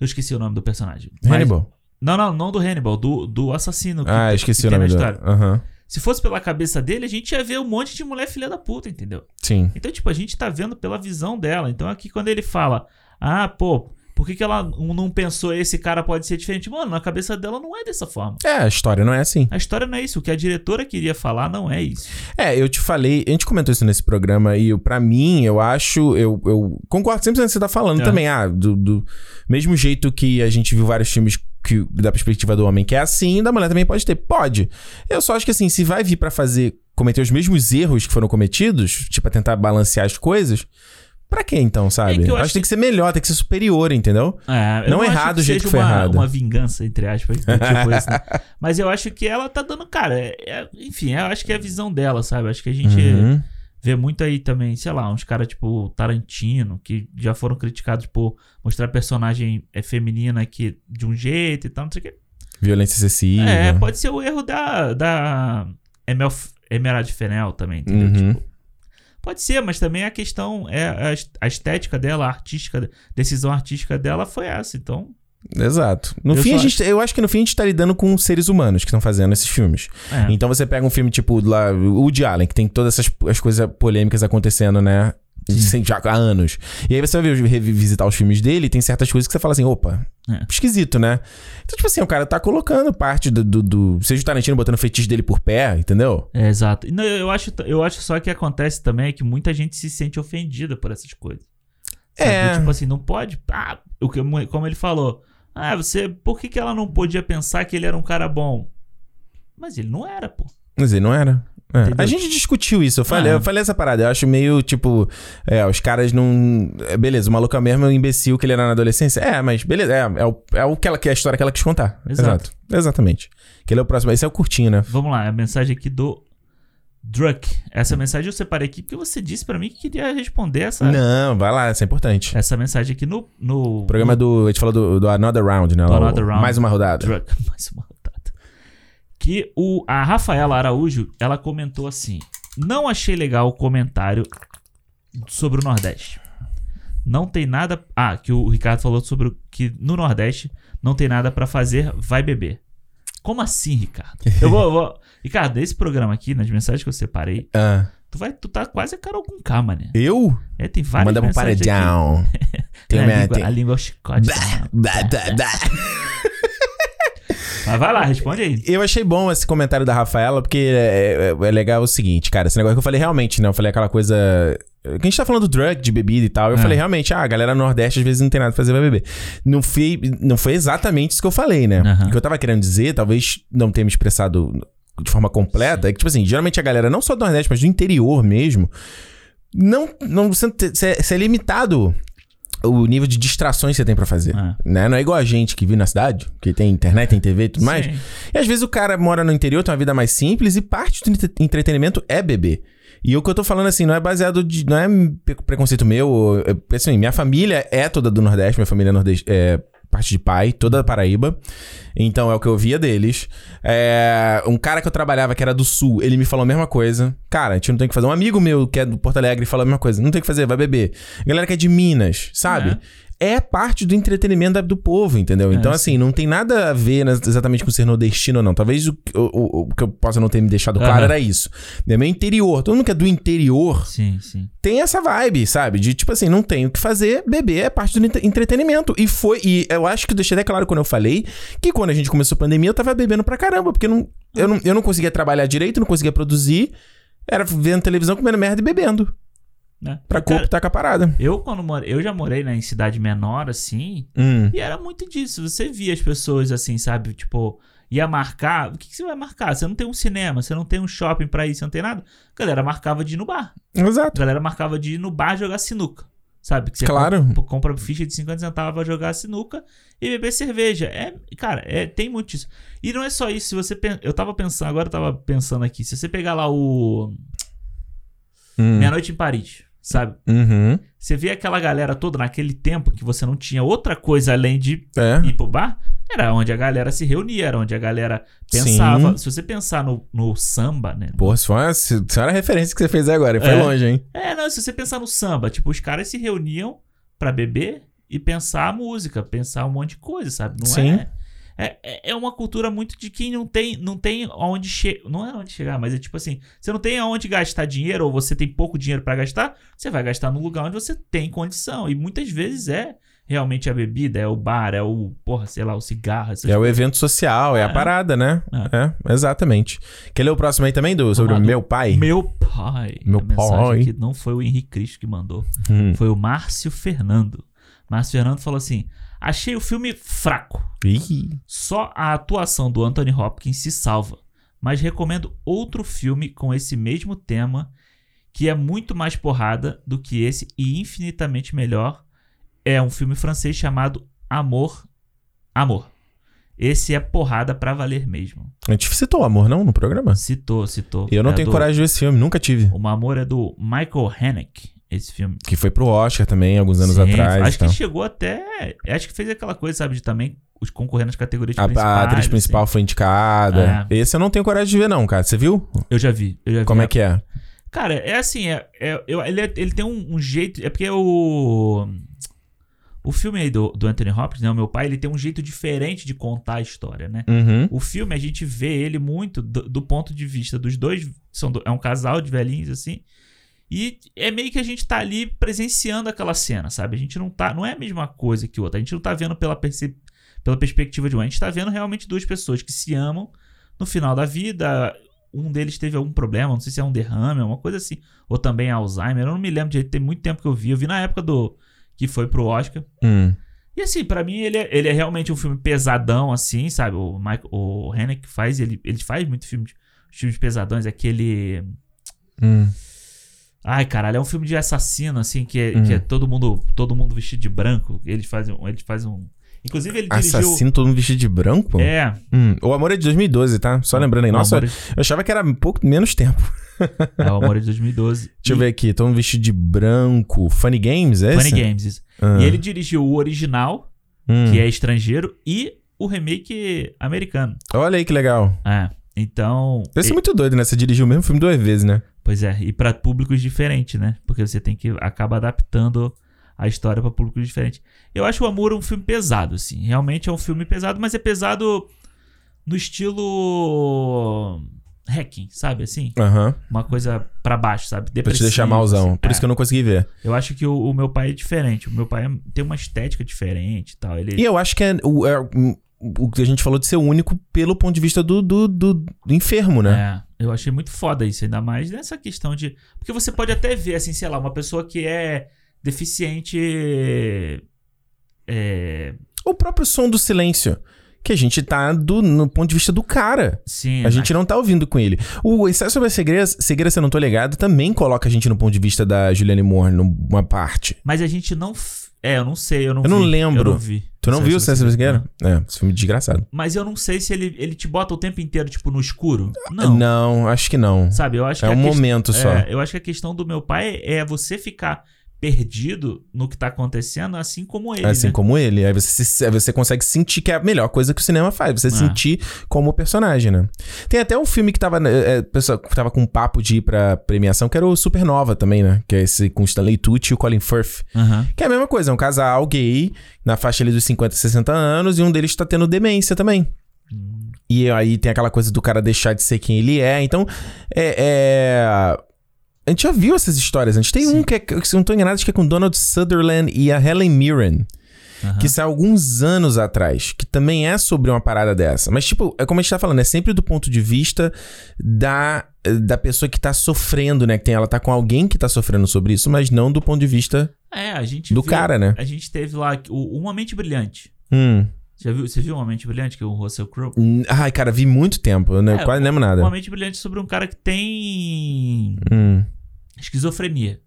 Eu esqueci o nome do personagem. Mas- Hannibal. Não, não, não do Hannibal, do, do assassino. que- Ah, esqueci que o tem nome na dele. história. Aham. Se fosse pela cabeça dele, a gente ia ver um monte de mulher filha da puta, entendeu? Sim. Então, tipo, a gente tá vendo pela visão dela. Então, aqui quando ele fala, ah, pô, por que, que ela n- não pensou esse cara pode ser diferente? Mano, na cabeça dela não é dessa forma. É, a história não é assim. A história não é isso. O que a diretora queria falar não é isso. É, eu te falei, a gente comentou isso nesse programa e eu, pra mim, eu acho, eu, eu concordo sempre com o que você tá falando É. também. Ah, do, do mesmo jeito que a gente viu vários filmes que, da perspectiva do homem que é assim, da mulher também pode ter. Pode. Eu só acho que assim, se vai vir pra fazer, cometer os mesmos erros que foram cometidos, tipo, pra tentar balancear as coisas, Pra quê então, sabe? É que eu eu acho acho que tem que ser melhor, tem que ser superior, entendeu? É, eu Não é acho errado o jeito seja que foi uma, errado. uma vingança, entre aspas, do tipo isso, né? Mas eu acho que ela tá dando, cara. é- é- enfim, eu acho que é a visão dela, sabe? Acho que a gente Uhum. vê muito aí também, sei lá, uns caras tipo Tarantino, que já foram criticados por mostrar personagem é, feminina que, de um jeito e tal, não sei o quê. Violência excessiva. É, pode ser o erro da, da Emel, Emerald Fennel também, entendeu? Uhum. Tipo, pode ser, mas também a questão, é a est- a estética dela, a artística, decisão artística dela foi essa, então... Exato. No Eu fim, só a gente, eu acho que no fim a gente tá lidando com seres humanos que estão fazendo esses filmes. É. Então você pega um filme tipo lá, o Woody Allen, que tem todas essas as coisas polêmicas acontecendo, né? Sem- Já há anos. E aí você vai ver- revisitar os filmes dele e tem certas coisas que você fala assim, opa, É. esquisito, né? Então, tipo assim, o cara tá colocando parte do. do, do seja o Tarantino botando o feitiço dele por pé, entendeu? É, exato. E não, eu, acho, t- eu acho só que acontece também é que muita gente se sente ofendida por essas coisas. Sabe? É. Tipo assim, não pode. Ah, o que, como ele falou. Ah, você. Por que, que ela não podia pensar que ele era um cara bom? Mas ele não era, pô. Mas ele não era. É. Entendeu? A gente discutiu isso, eu falei, Ah. eu falei essa parada. Eu acho meio tipo. É, os caras não. é, beleza, o maluco é o mesmo imbecil que ele era na adolescência. É, mas beleza, é, é, o, é o que ela quer, a história que ela quis contar. Exato. Exatamente. Que ele é o próximo. Esse é o curtinho, né? Vamos lá, a mensagem aqui do Druck. Essa mensagem eu separei aqui porque você disse pra mim que queria responder essa, Não, vai lá, isso é importante. essa mensagem aqui no. no O programa é do. A gente falou do, do Another Round, né? Do O- Another Round. Mais uma rodada. Drug, mais uma rodada. Que o, a Rafaela Araújo, ela comentou assim: Não achei legal o comentário sobre o Nordeste. Não tem nada. Ah, que o Ricardo falou sobre o- que no Nordeste não tem nada pra fazer, vai beber. Como assim, Ricardo? Eu vou, eu vou. Ricardo, esse programa aqui, nas mensagens que eu separei, Ah, tu vai, tu tá quase a Carol com K, mané. eu? É, tem várias Manda pro mensagens aqui. paredão. É, tem a, uma. língua, a Tem... língua é o chicote. Bah, bah, bah, bah. Mas vai lá, responde aí. Eu achei bom esse comentário da Rafaela, porque é, é- é legal o seguinte, cara. Esse negócio que eu falei realmente, né? Eu falei aquela coisa. Que a gente tá falando do drug, de bebida e tal. Eu É. falei realmente, ah, a galera no Nordeste às vezes não tem nada pra fazer pra beber. Não foi, não foi exatamente isso que eu falei, né? Aham. O que eu tava querendo dizer, talvez não tenha me expressado de forma completa, é que, tipo assim, geralmente a galera, não só do Nordeste, mas do interior mesmo, não. não você, não te- você é- você é limitado. O nível de distrações que você tem pra fazer. É. Né? Não é igual a gente que vive na cidade, que tem internet, tem TV e tudo mais. Sim. E às vezes o cara mora no interior, tem uma vida mais simples e parte do entre- entretenimento é beber. E o que eu tô falando assim, não é baseado de. Não é pe- preconceito meu. ou- é- Assim, minha família é toda do Nordeste, minha família é nordeste, é parte de pai, toda da Paraíba. Então é o que eu via deles. É, um cara que eu trabalhava, que era do Sul, ele me falou a mesma coisa. Cara, a gente não tem o que fazer. Um amigo meu, que é do Porto Alegre, falou a mesma coisa. Não tem o que fazer, vai beber. Galera que é de Minas, sabe? É. é parte do entretenimento da- do povo, entendeu? então, assim, não tem nada a ver né, exatamente com ser nordestino ou não. Talvez o, o- o- o que eu possa não ter me deixado claro Aham. era isso. É meu interior. Todo mundo que é do interior Sim, sim. tem essa vibe, sabe? De tipo assim, não tem o que fazer, beber é parte do entre- entretenimento. E foi, e eu acho que eu deixei até claro quando eu falei que quando a gente começou a pandemia eu tava bebendo pra caramba, porque não- eu, não, eu não conseguia trabalhar direito, não conseguia produzir, era vendo televisão, comendo merda e bebendo. Né? Pra Cara, corpo tá com a parada. Eu, quando more... eu já morei né, em cidade menor, assim, Hum. e era muito disso. Você via as pessoas assim, sabe? Tipo, ia marcar. O que, que você vai marcar? Você não tem um cinema, você não tem um shopping pra ir, você não tem nada. A galera marcava de ir no bar. Exato. A galera marcava de ir no bar jogar sinuca. Sabe? Que você Claro. comp- compra ficha de 50 centavos pra jogar sinuca e beber cerveja. É, cara, é, tem muito isso. E não é só isso. Se você pen- Eu tava pensando, agora eu tava pensando aqui. Se você pegar lá o. Hum. Meia Noite em Paris, sabe? Uhum. Você vê aquela galera toda naquele tempo que você não tinha outra coisa além de É. ir pro bar, era onde a galera se reunia, era onde a galera pensava. Se você pensar no, no samba, né? Pô, isso foi uma isso era uma referência que você fez agora. e Foi É. longe, hein? É, não, se você pensar no samba, tipo, os caras se reuniam pra beber e pensar a música, pensar um monte de coisa, sabe? Não Sim. é. É, é- é uma cultura muito de quem não tem, não tem aonde chegar. Não é aonde chegar, mas é tipo assim: você não tem aonde gastar dinheiro, ou você tem pouco dinheiro pra gastar, você vai gastar num lugar onde você tem condição. E muitas vezes é realmente a bebida, é o bar, é o, porra, sei lá, o cigarro, essas É o evento social, é, a É. parada, né? É. exatamente. Quer ler o próximo aí também, do, sobre o lá, do- meu pai? Meu pai. Meu a mensagem pai. aqui não foi o Henrique Cristo que mandou. Hum. Foi o Márcio Fernando. Márcio Fernando falou assim: achei o filme fraco. Ih. Só a atuação do Anthony Hopkins se salva. Mas recomendo outro filme com esse mesmo tema que é muito mais porrada do que esse e infinitamente melhor, é um filme francês chamado Amor, Amor. Esse é porrada pra valer mesmo. A gente citou o amor, não, no programa? Citou, citou. Eu não É tenho do- coragem de ver esse filme, nunca tive. O Amor é do Michael Haneke, esse filme. Que foi pro Oscar também, alguns anos Sim, atrás. então. Acho e tal. que chegou até. é, Acho que fez aquela coisa, sabe, de também os concorrendo nas categorias A, principais. a atriz assim. principal foi indicada. Esse eu não tenho coragem de ver, não, cara. Você viu? assim. Eu já vi, eu já vi. Como é que é? Cara, é assim, é, é- eu- ele, é- ele tem um, um jeito. É porque o. O filme aí do, do Anthony Hopkins, né? O meu pai, ele tem um jeito diferente de contar a história, né? Uhum. O filme, a gente vê ele muito do, do ponto de vista dos dois. São do- é um casal de velhinhos, assim. E é meio que a gente tá ali presenciando aquela cena, sabe? A gente não tá. Não é a mesma coisa que outra. A gente não tá vendo pela, perce- pela perspectiva de um. A gente tá vendo realmente duas pessoas que se amam no final da vida. Um deles teve algum problema, não sei se é um derrame, alguma coisa assim. Ou também Alzheimer. Eu não me lembro direito, tem muito tempo que eu vi. Eu vi na época do. que foi pro Oscar. Hum. E assim, pra mim ele é, ele é realmente um filme pesadão, assim, sabe? O, Michael, o Haneke faz, ele, ele faz muito filmes, filmes pesadões, aquele. Hum. Ai, caralho, é um filme de assassino, assim, que é, Hum. que é todo mundo todo mundo vestido de branco. Eles fazem, um- eles fazem um. Inclusive, ele dirigiu. Assassino todo mundo vestido de branco? É. Ah, Hum. O Amor é de 2012, tá? Só lembrando aí. O Nossa, Amor, eu achava que era um pouco menos tempo. é o Amor de 2012. Deixa eu ver aqui. Todo mundo vestido de branco. Funny Games, é Funny esse? Games. isso. Ah. E ele dirigiu o original, Hum. que é estrangeiro, e o remake americano. Olha aí que legal. É. Então. Deve ser muito doido, né? Você dirigiu o mesmo filme duas vezes, né? Pois é, e pra públicos diferentes, né? Porque você tem que acaba adaptando a história pra públicos diferentes. Eu acho o Amor um filme pesado, assim. Realmente é um filme pesado, mas é pesado no estilo hacking, sabe assim? Aham. Uma coisa pra baixo, sabe? Pra te deixar Depressivo, malzão. assim. Por isso que eu não consegui ver. É, eu acho que o, o meu pai é diferente. O meu pai é- tem uma estética diferente e tal. Ele E eu acho que é o, é o- o que a gente falou de ser único pelo ponto de vista do, do, do- do enfermo, né? É, eu achei muito foda isso, ainda mais nessa questão de. Porque você pode até ver, assim, sei lá, uma pessoa que é deficiente. É. O próprio som do silêncio. Que a gente tá do, no ponto de vista do cara. Sim. né? A gente não tá ouvindo com ele. O Excesso sobre a Cegueira, Cegueira Se Eu Não Tô Legado também coloca a gente no ponto de vista da Juliane Moore, numa parte. Mas a gente não. f- É, eu não sei, eu não Eu não vi, lembro. Eu não vi. Tu não Certo, viu o você Excesso sobre a viu? Cegueira? É, esse filme desgraçado. Mas eu não sei se ele, ele te bota o tempo inteiro, tipo, no escuro. Não. Ah, Não, acho que não. Sabe, eu acho É que. a um quest- momento só. É, eu acho que a questão do meu pai é você ficar perdido no que tá acontecendo, assim como ele. assim né? como ele. Aí você, se- aí você consegue sentir que é a melhor coisa que o cinema faz. Você Ah. sentir como personagem, né? Tem até um filme que tava, né, é, pessoa, que tava com um papo de ir pra premiação, que era o Supernova também, né? Que é esse com o Stanley Tucci e o Colin Firth. Aham. Que é a mesma coisa, é um casal gay, na faixa ali dos 50, 60 anos, e um deles tá tendo demência também. Hum. E aí tem aquela coisa do cara deixar de ser quem ele é. Então, é. é- A gente já viu essas histórias antes. Tem Sim. um que, é, que, se eu não tô enganado, acho que é com Donald Sutherland e a Helen Mirren Aham. que saiu alguns anos atrás, que também é sobre uma parada dessa. Mas, tipo, é como a gente tá falando, é sempre do ponto de vista da, da pessoa que tá sofrendo, né? Que tem, ela tá com alguém que tá sofrendo sobre isso, mas não do ponto de vista É, a gente. do viu- cara, né? A gente teve lá o, Uma Mente Brilhante. Hum. Já viu, você viu Uma Mente Brilhante, que é o Russell Crowe? Hum, Ai, cara, vi muito tempo, eu não- É, quase não lembro nada. Uma Mente Brilhante sobre um cara que tem Hum. esquizofrenia,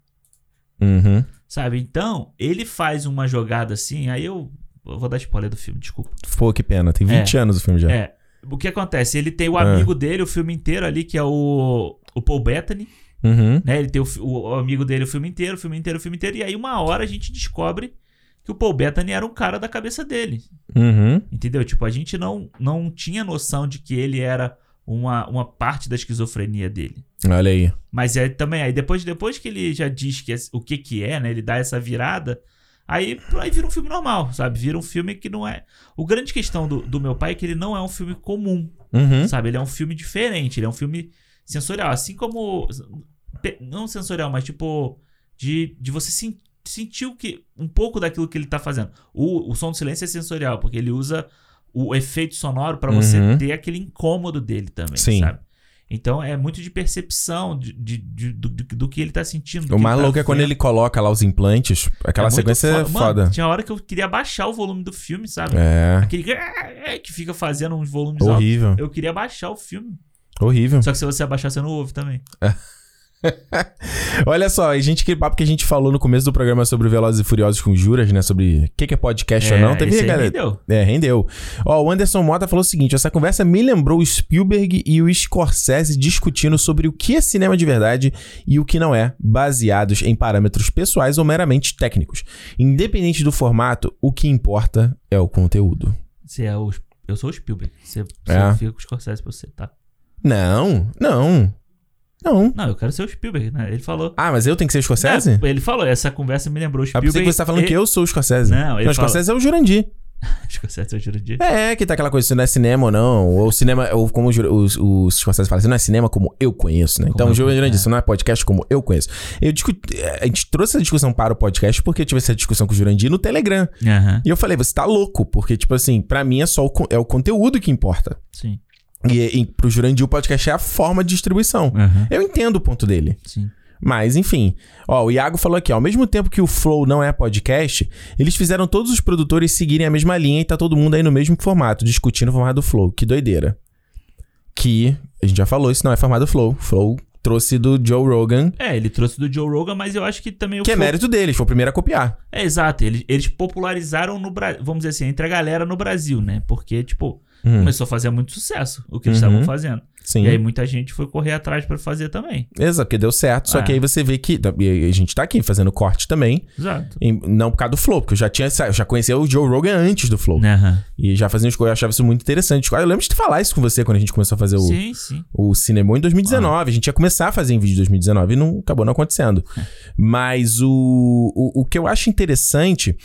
Uhum. sabe? Então, ele faz uma jogada assim, aí eu, eu vou dar spoiler do filme, desculpa. Pô, que pena. Tem 20 anos o filme já. É, o que acontece? Ele tem o Ah. amigo dele o filme inteiro ali, que é o, o Paul Bettany, Uhum. né? Ele tem o, fi- o- o amigo dele o filme inteiro, o filme inteiro, o filme inteiro, e aí uma hora a gente descobre que o Paul Bettany era um cara da cabeça dele. Uhum. Entendeu? Tipo, a gente não, não tinha noção de que ele era uma, uma parte da esquizofrenia dele. Olha aí. Mas é também, aí depois, depois que ele já diz que é- o que que é, né? Ele dá essa virada, aí, aí vira um filme normal, sabe? Vira um filme que não é... O grande questão do, do meu pai é que ele não é um filme comum, Uhum. sabe? Ele é um filme diferente, ele é um filme sensorial. Assim como... pe- Não sensorial, mas tipo... De, de você sen- sentir o que, um pouco daquilo que ele tá fazendo. O, o som do silêncio é sensorial, porque ele usa o efeito sonoro pra você Uhum. ter aquele incômodo dele também, Sim. sabe? Então é muito de percepção de, de- de- do, do- do que ele tá sentindo. do O que mais tá louco é quando vendo. ele coloca lá os implantes. Aquela É muito sequência é Mano, foda. tinha hora que eu queria baixar o volume do filme, sabe? É. Aquele que- que fica fazendo uns volumes altos. Horrível. Eu queria baixar o filme. Horrível. Só que se você abaixar, você não ouve também. Olha só, a gente que papo que a gente falou no começo do programa sobre Velozes e Furiosos com Juras, né? Sobre o que, que é podcast ou É, não. Teve, esse aí galera. rendeu. É, rendeu. Ó, o Anderson Mota falou o seguinte: essa conversa me lembrou o Spielberg e o Scorsese discutindo sobre o que é cinema de verdade e o que não é, baseados em parâmetros pessoais ou meramente técnicos. Independente do formato, o que importa é o conteúdo. Você é o- eu sou o Spielberg. Você, você É. fica com o Scorsese pra você, tá? Não, não, não. Não, eu quero ser o Spielberg, né? Ele falou. Ah, mas eu tenho que ser o Scorsese? É, ele falou, essa conversa me lembrou o Ah, Spielberg. pensei que você tá falando que eu sou o Scorsese. Não, ele o fala- Scorsese é o Jurandir. Scorsese é o Jurandir. É, que tá aquela coisa, se não é cinema ou não, ou cinema, ou como o Jur- os, os Scorsese fala, se não é cinema como eu conheço, né? Então, eu o Jurandir conheço, disse, se não é podcast como eu conheço. Eu discu- a gente trouxe essa discussão para o podcast porque eu tive essa discussão com o Jurandir no Telegram. Aham, E eu falei, você tá louco, porque, tipo assim, pra mim é só o, con- é o conteúdo que importa. sim. E, e pro Jurandir o podcast é a forma de distribuição. Aham, Eu entendo o ponto dele. sim. Mas, enfim. Ó, o Iago falou aqui, ó. Ao mesmo tempo que o Flow não é podcast, eles fizeram todos os produtores seguirem a mesma linha e tá todo mundo aí no mesmo formato, discutindo o formato do Flow. Que doideira. Que, a gente já falou, isso não é formato do Flow. Flow trouxe do Joe Rogan, É, ele trouxe do Joe Rogan, mas eu acho que também o que é Flow- mérito deles, foi o primeiro a copiar. É, exato. Eles, eles popularizaram no Brasil, vamos dizer assim, entre a galera no Brasil, né? Porque, tipo, Hum, começou a fazer muito sucesso o que eles Uhum. estavam fazendo. sim. E aí muita gente foi correr atrás pra fazer também. Exato, porque deu certo. Só É. que aí você vê que. e A gente tá aqui fazendo corte também. Exato. em- não por causa do Flow, porque eu já tinha. sa- Eu já conhecia o Joe Rogan antes do Flow. Aham. E já fazia as coisas, eu achava isso muito interessante. Ah, Eu lembro de falar isso com você quando a gente começou a fazer o, Sim, sim. o cinema em 2019. A gente ia começar a fazer em vídeo em 2019 e não acabou não acontecendo. Mas o, o, o que eu acho interessante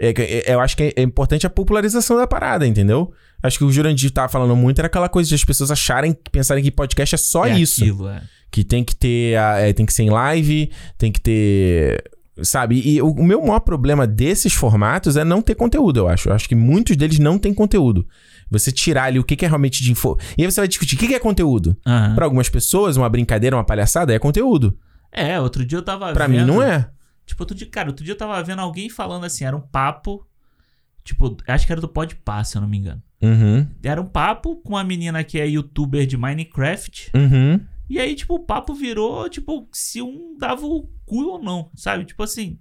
é que é- eu acho que é importante a popularização da parada, entendeu? Acho que o Jurandir tava falando muito, era aquela coisa de as pessoas acharem, pensarem que podcast é só É isso. aquilo, é. Que tem que ter. a- é, tem que ser em live, tem que ter. Sabe? E o, o meu maior problema desses formatos é não ter conteúdo, eu acho. Eu acho que muitos deles não têm conteúdo. Você tirar ali o que, que é realmente de info. E aí você vai discutir o que, que é conteúdo. Aham. Pra algumas pessoas, uma brincadeira, uma palhaçada é conteúdo. É, outro dia eu tava Pra vendo. mim não é. Tipo, outro dia, cara, outro dia eu tava vendo alguém falando assim, era um papo. Tipo, acho que era do Podpah, se eu não me engano. Uhum. Era um papo com uma menina que é youtuber de Minecraft. Uhum. E aí, tipo, o papo virou, tipo, se um dava o cu ou não, sabe? Tipo assim,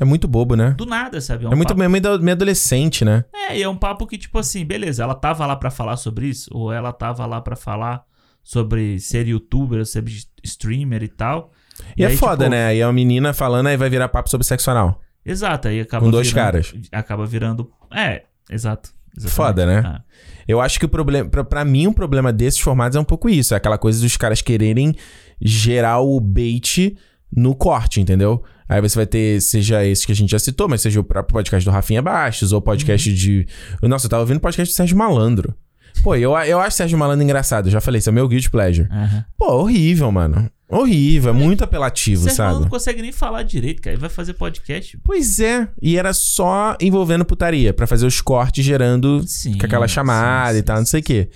É muito bobo, né? do nada, sabe? um É muito papo... meio, meio meio adolescente, né? É, e é um papo que, tipo assim, beleza, ela tava lá pra falar sobre isso, ou ela tava lá pra falar sobre ser youtuber, ou ser streamer e tal. E, é aí, foda, tipo, né? Aí é uma menina falando, aí vai virar papo sobre sexo anal. Exato, aí acaba Com dois virando- caras. Acaba virando. É, exato. exatamente. Foda, né? Ah. Eu acho que o problema. Pra, pra mim, o problema desses formatos é um pouco isso. É aquela coisa dos caras quererem gerar o bait no corte, entendeu? Aí você vai ter, seja esse que a gente já citou, mas seja o próprio podcast do Rafinha Bastos, ou podcast de. Nossa, eu tava ouvindo o podcast do Sérgio Malandro. Pô, eu, eu acho Sérgio Malandro engraçado, eu já falei, isso é meu guilty pleasure. Aham. Pô, horrível, mano. Horrível, é muito apelativo, Sérgio sabe? Malandro não consegue nem falar direito, cara. Ele vai fazer podcast. Pois é, e era só envolvendo putaria, pra fazer os cortes gerando Sim. com aquela chamada sim, e tal, sim, não sei o quê.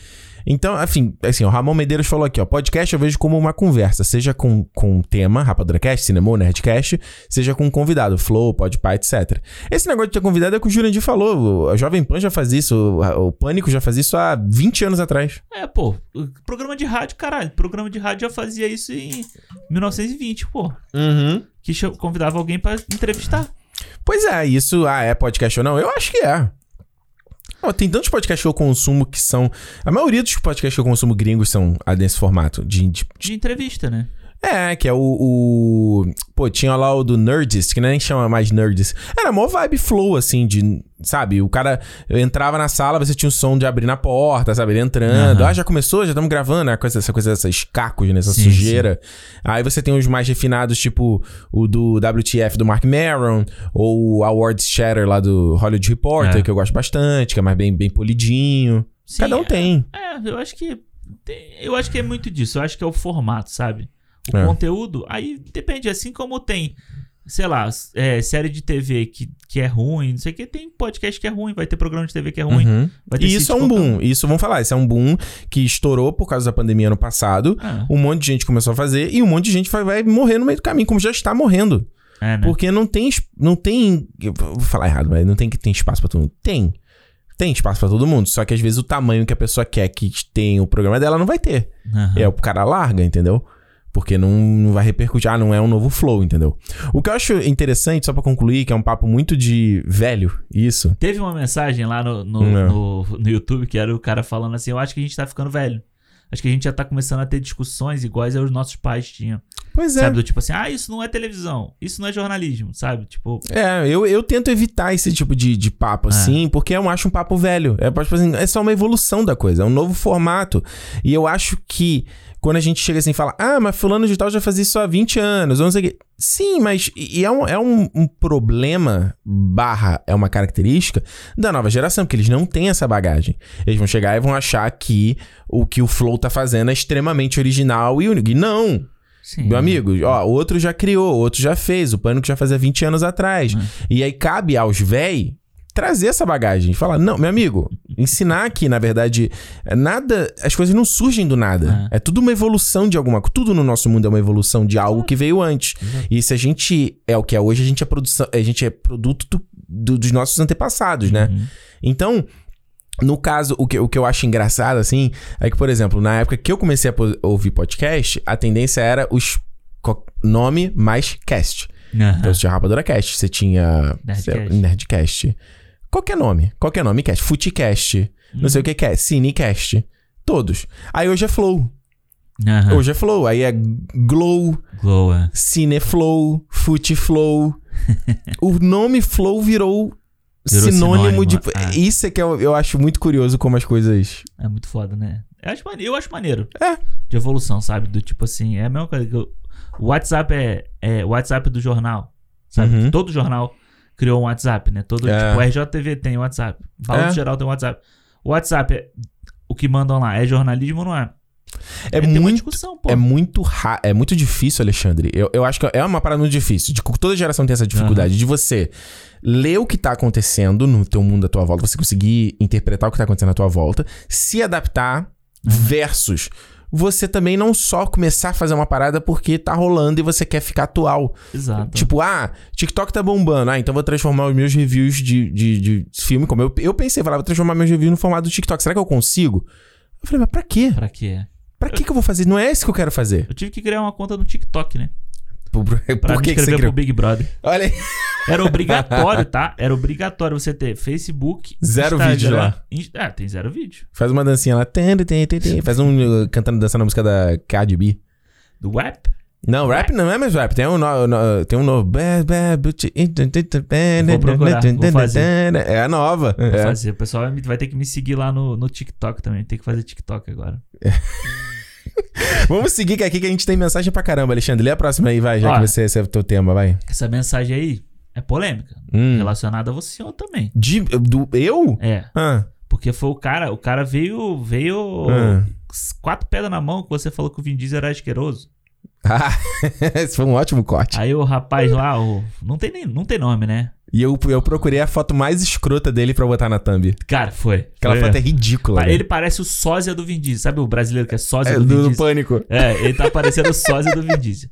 Então, enfim, assim, o Ramon Medeiros falou aqui, ó, podcast eu vejo como uma conversa, seja com, com tema, RapaduraCast, Cinema, Nerdcast, seja com um convidado, Flow, Podpah, etc. Esse negócio de ter convidado é o que o Jurandir falou, o- a Jovem Pan já faz isso, o, o Pânico já faz isso há 20 anos atrás. É, pô, programa de rádio, caralho. Programa de rádio já fazia isso em 1920, pô. Uhum. Que cha- convidava alguém pra entrevistar. Pois é, isso, ah, é podcast ou não? Eu acho que é. Ó, tem tantos podcasts que eu consumo que são. A maioria dos podcasts que eu consumo gringos são ah, nesse formato. De, de- De entrevista, né? é, que é o, o- Pô, tinha lá o do Nerdist, que nem chama mais Nerdist. Era mó vibe flow, assim, de. Sabe? O cara entrava na sala, você tinha o som de abrir na porta, sabe? Ele entrando. Aham. Ah, já começou? Já estamos gravando? né? Essa coisa, essa coisa, esses cacos, né? Essa Sim, sujeira. Aí você tem os mais refinados, tipo o do WTF do Mark Maron, ou o Awards Shatter lá do Hollywood Reporter, É. que eu gosto bastante, que é mais bem, bem polidinho. Sim, Cada um é- tem. É, eu acho que. tem- Eu acho que é muito disso. Eu acho que é o formato, sabe? O É. conteúdo. Aí depende, assim como tem, sei lá, é, série de TV que, que é ruim, não sei o que, tem podcast que é ruim, vai ter programa de TV que é ruim. Uhum. Vai ter E isso é sitcom um que boom. Isso vamos falar. Isso é um boom que estourou por causa da pandemia ano passado. Ah, Um monte de gente começou a fazer e um monte de gente vai, vai morrer no meio do caminho, como já está morrendo. é, né? Porque não tem. es- Não tem. eu Vou falar errado, mas não tem que tem espaço pra todo mundo. Tem. Tem espaço pra todo mundo. Só que às vezes o tamanho que a pessoa quer que tenha o programa dela não vai ter. Aham. É, o cara larga, entendeu? Porque não, não vai repercutir. Ah, não é um novo flow, entendeu? O que eu acho interessante, só pra concluir, que é um papo muito de velho, isso. Teve uma mensagem lá no, no, Não. no- no YouTube que era o cara falando assim: Eu acho que a gente tá ficando velho. Acho que a gente já tá começando a ter discussões iguais aos nossos pais tinham. Pois é. Sabe? Do tipo assim, ah, isso não é televisão, isso não é jornalismo, sabe? Tipo, É, eu, eu tento evitar esse tipo de, de papo, assim, porque eu acho um papo velho. É, tipo assim, é só uma evolução da coisa, é um novo formato. E eu acho que quando a gente chega assim e fala, ah, mas fulano de tal já fazia isso há 20 anos, ou não sei o quê. Sim, mas e e é, um, é um, um problema, barra, é uma característica da nova geração, porque eles não têm essa bagagem. Eles vão chegar e vão achar que o que o Flow tá fazendo é extremamente original e único. E não! sim. Meu amigo, ó, outro já criou, outro já fez, o pânico já fazia 20 anos atrás. E aí cabe aos véi trazer essa bagagem, falar, não, meu amigo, ensinar que, na verdade, é nada, as coisas não surgem do nada. É, tudo uma evolução de alguma coisa. Tudo no nosso mundo é uma evolução de algo que veio antes. E se a gente é o que é hoje, a gente é produção, a gente é produto do- do- dos nossos antepassados, né? Uhum. Então, no caso, o que, o que eu acho engraçado, assim, é que, por exemplo, na época que eu comecei a po- ouvir podcast, a tendência era os co- nome mais cast. Então você tinha Rapadura Cast, você tinha sei lá, Ah. Nerdcast. Nerdcast. Qualquer nome, qualquer nome cast. Futicast, não sei o que que é, Cinecast. Todos. Aí hoje é Flow. Aham. Hoje é Flow. Aí é Glow, Glow, é. Cineflow, Futiflow. o nome Flow virou, Virou sinônimo, sinônimo, de. é. Isso é que eu, eu acho muito curioso como as coisas. É muito foda, né? Eu acho, mane- eu acho maneiro. É. De evolução, sabe? Do tipo assim, é a mesma coisa que eu... O WhatsApp é, é o WhatsApp do jornal, sabe? Uhum. Todo jornal criou um WhatsApp, né? Todo, É. tipo, o RJTV tem WhatsApp, o Balanço É. Geral tem WhatsApp. O WhatsApp, é, o que mandam lá, é jornalismo ou não é? É, Aí tem uma muito. discussão, pô. É muito ra é muito difícil, Alexandre. Eu, eu acho que é uma parada muito difícil. De, toda geração tem essa dificuldade de você ler o que tá acontecendo no teu mundo à tua volta, você conseguir interpretar o que tá acontecendo à tua volta, se adaptar versus você também não só começar a fazer uma parada porque tá rolando e você quer ficar atual. Exato. Tipo, ah, TikTok tá bombando. Ah, então vou transformar os meus reviews de, de, de filme. Como eu, eu pensei, falava, vou transformar meus reviews no formato do TikTok. Será que eu consigo? Eu falei, mas pra quê? Pra quê? Pra que que eu vou fazer? Não é isso que eu quero fazer. Eu tive que criar uma conta no TikTok, né? Por, por Pra por me que, que você inscrever pro criou? Big Brother. Olha aí. Era obrigatório, tá? Era obrigatório você ter Facebook. Zero Instagram, vídeo lá. Inst- É, tem zero vídeo. Faz uma dancinha lá. Tem, tem, tem, tem. Faz um uh, cantando, dançando a música da Cardi B. Do web. Não, rap não é mais rap. Tem um, no, no- tem um novo. Bad, bad, beauty, Vou procurar, vou fazer. É a nova. Vou É. fazer. O pessoal vai me- vai ter que me seguir lá no, no TikTok também. Tem que fazer TikTok agora. Vamos seguir que aqui que a gente tem mensagem pra caramba, Alexandre. Lê a próxima aí, vai, já Ó. que você recebe o teu tema, vai. Essa mensagem aí é polêmica. Hum. Relacionada a você ou também. De, do, eu? É. Ah, Porque foi o cara. O cara veio. Veio. Ah. Quatro pedras na mão que você falou que o Vin Diesel era asqueroso. Ah, esse foi um ótimo corte. Aí o rapaz lá, o. Não tem, nem, não tem nome, né? E eu, eu procurei a foto mais escrota dele pra botar na thumb. Cara, foi. Aquela Foi foto é mesmo. ridícula. Pa- Ele parece o sósia do Vin Diesel. Sabe o brasileiro que é sósia É, do Vin do, do Diesel? pânico. É, ele tá parecendo o sósia do Vin Diesel.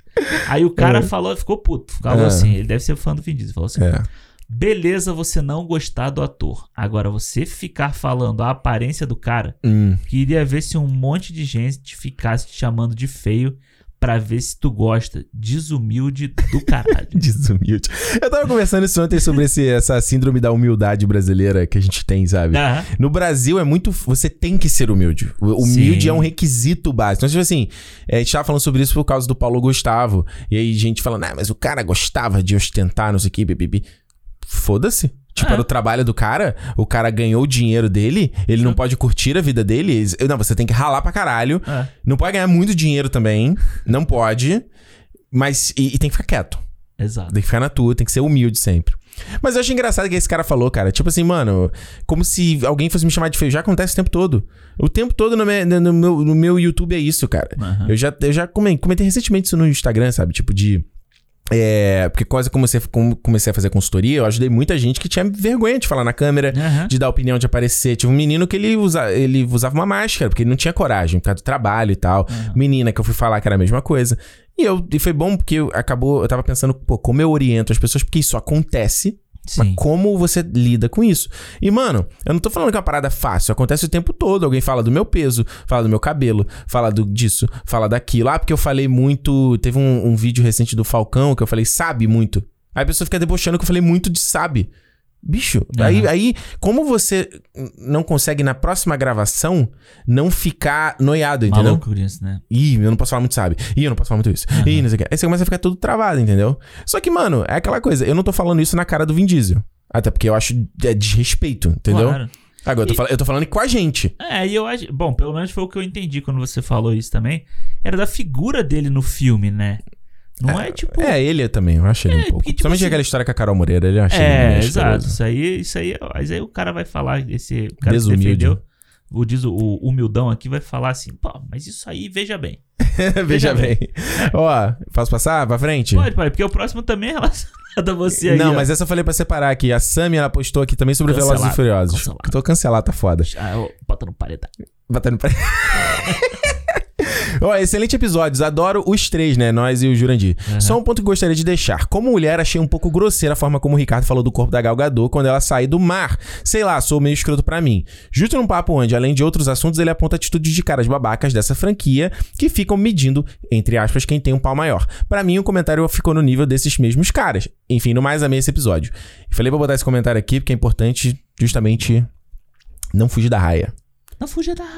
Aí o cara falou, ficou puto. Falou É. assim, ele deve ser fã do Vin Diesel. Falou assim, É. Beleza você não gostar do ator. Agora, você ficar falando a aparência do cara, Hum. queria ver se um monte de gente ficasse te chamando de feio pra ver se tu gosta. Desumilde do caralho. Desumilde. Eu tava conversando isso ontem sobre esse- essa síndrome da humildade brasileira que a gente tem, sabe? Aham. No Brasil é muito. Você tem que ser humilde. O- Humilde Sim. é um requisito básico. Então, tipo assim, é, a gente tava falando sobre isso por causa do Paulo Gustavo. E aí, gente falando, ah, mas o cara gostava de ostentar, não sei o que, bibibi. Foda-se. Tipo, É. era o trabalho do cara, o cara ganhou o dinheiro dele, ele não pode curtir a vida dele. Não, você tem que ralar pra caralho. É. Não pode ganhar muito dinheiro também. Não pode. Mas. e- e tem que ficar quieto. É, Exato. Tem que ficar na tua, tem que ser humilde sempre. Mas eu acho engraçado que esse cara falou, cara. Tipo assim, mano, como se alguém fosse me chamar de feio. Já acontece o tempo todo. O tempo todo no, me- no meu, no meu YouTube é isso, cara. Aham. Eu já, eu já comentei, comentei recentemente isso no Instagram, sabe? Tipo de. É, porque quase comecei, como comecei a fazer consultoria, eu ajudei muita gente que tinha vergonha de falar na câmera, Aham. de dar opinião, de aparecer. Tinha um menino que ele, usa, ele usava uma máscara, porque ele não tinha coragem, por causa do trabalho e tal. Menina que eu fui falar que era a mesma coisa. E, eu, e foi bom porque eu- acabou, eu tava pensando, pô, como eu oriento as pessoas, porque isso acontece. Mas como você lida com isso? E, mano, eu não tô falando que é uma parada fácil. Acontece o tempo todo. Alguém fala do meu peso, fala do meu cabelo, fala do, disso, fala daquilo. Ah, porque eu falei muito. Teve um, um vídeo recente do Falcão que eu falei, sabe muito. Aí a pessoa fica debochando que eu falei muito de sabe. Bicho, Aham. aí, aí como você não consegue na próxima gravação não ficar noiado, entendeu? Maluco isso, né? Ih, eu não posso falar muito sabe. Ih, eu não posso falar muito isso. Ih, não sei o que. Aí você começa a ficar tudo travado, entendeu? Só que, mano, é aquela coisa. Eu não tô falando isso na cara do Vin Diesel. Até porque eu acho é desrespeito, entendeu? Claro. Agora, eu tô, E- fal- eu tô falando com a gente. É, e eu acho. Bom, pelo menos foi o que eu entendi quando você falou isso também. Era da figura dele no filme, né? Não é, tipo. É, ele é também, eu acho ele um pouco. porque, tipo Somente assim- aquela história com a Carol Moreira, ele acha ele É, meio exato. asqueroso. Isso aí, isso aí, mas aí o cara vai falar, esse cara Desumilde. que defendeu, o, diz, o humildão aqui vai falar assim, pô, mas isso aí, veja bem. Veja Veja bem. Ó, posso passar pra frente? Pode, pode, porque o próximo também é relacionado a você aí. Não, ó. mas essa eu falei pra separar aqui. A Sammy, ela postou aqui também sobre Cancelado, Velozes e Furiosos. cancelado. Tô cancelado, tá foda. Ah, ó, bota no paredão. Batendo pra... Ó, excelente episódios. Adoro os três, né? Nós e o Jurandir. Só um ponto que gostaria de deixar. Como mulher, achei um pouco grosseira a forma como o Ricardo falou do corpo da Gal Gadot quando ela sai do mar. Sei lá, sou meio escroto pra mim. Justo num papo onde, além de outros assuntos, ele aponta atitudes de caras babacas dessa franquia que ficam medindo, entre aspas, quem tem um pau maior. Pra mim, o comentário ficou no nível desses mesmos caras. Enfim, no mais amei esse episódio. Falei pra botar esse comentário aqui porque é importante justamente não fugir da raia. Não fuja da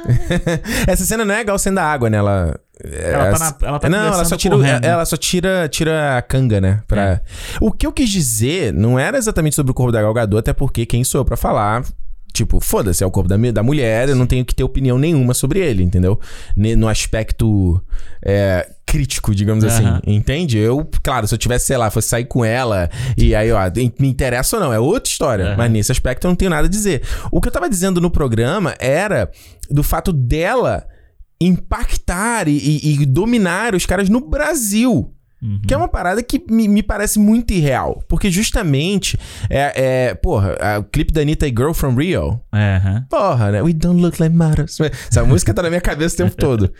Essa cena não é a Gal saindo da água, né? Ela. Ela tá na- ela tá Não, ela conversando só com tira, o Ren, né? ela só tira, tira a canga, né? Pra... É. O que eu quis dizer não era exatamente sobre o corpo da Gal Gadot, até porque quem sou eu pra falar. Tipo, foda-se, é o corpo da, mi- da mulher, eu não tenho que ter opinião nenhuma sobre ele, entendeu? Ne- No aspecto é, crítico, digamos assim. Aham. Entende? Eu, claro, se eu tivesse, sei lá, fosse sair com ela e aí, ó, em- me interessa ou não, é outra história. Aham. Mas nesse aspecto eu não tenho nada a dizer. O que eu tava dizendo no programa era do fato dela impactar e, e- e dominar os caras no Brasil. Uhum. Que é uma parada que me, me parece muito irreal. Porque justamente, é, é, porra, a- o clipe da Anitta e Girl From Rio, É, aham. Porra, né? We don't look like models. Essa música tá na minha cabeça o tempo todo.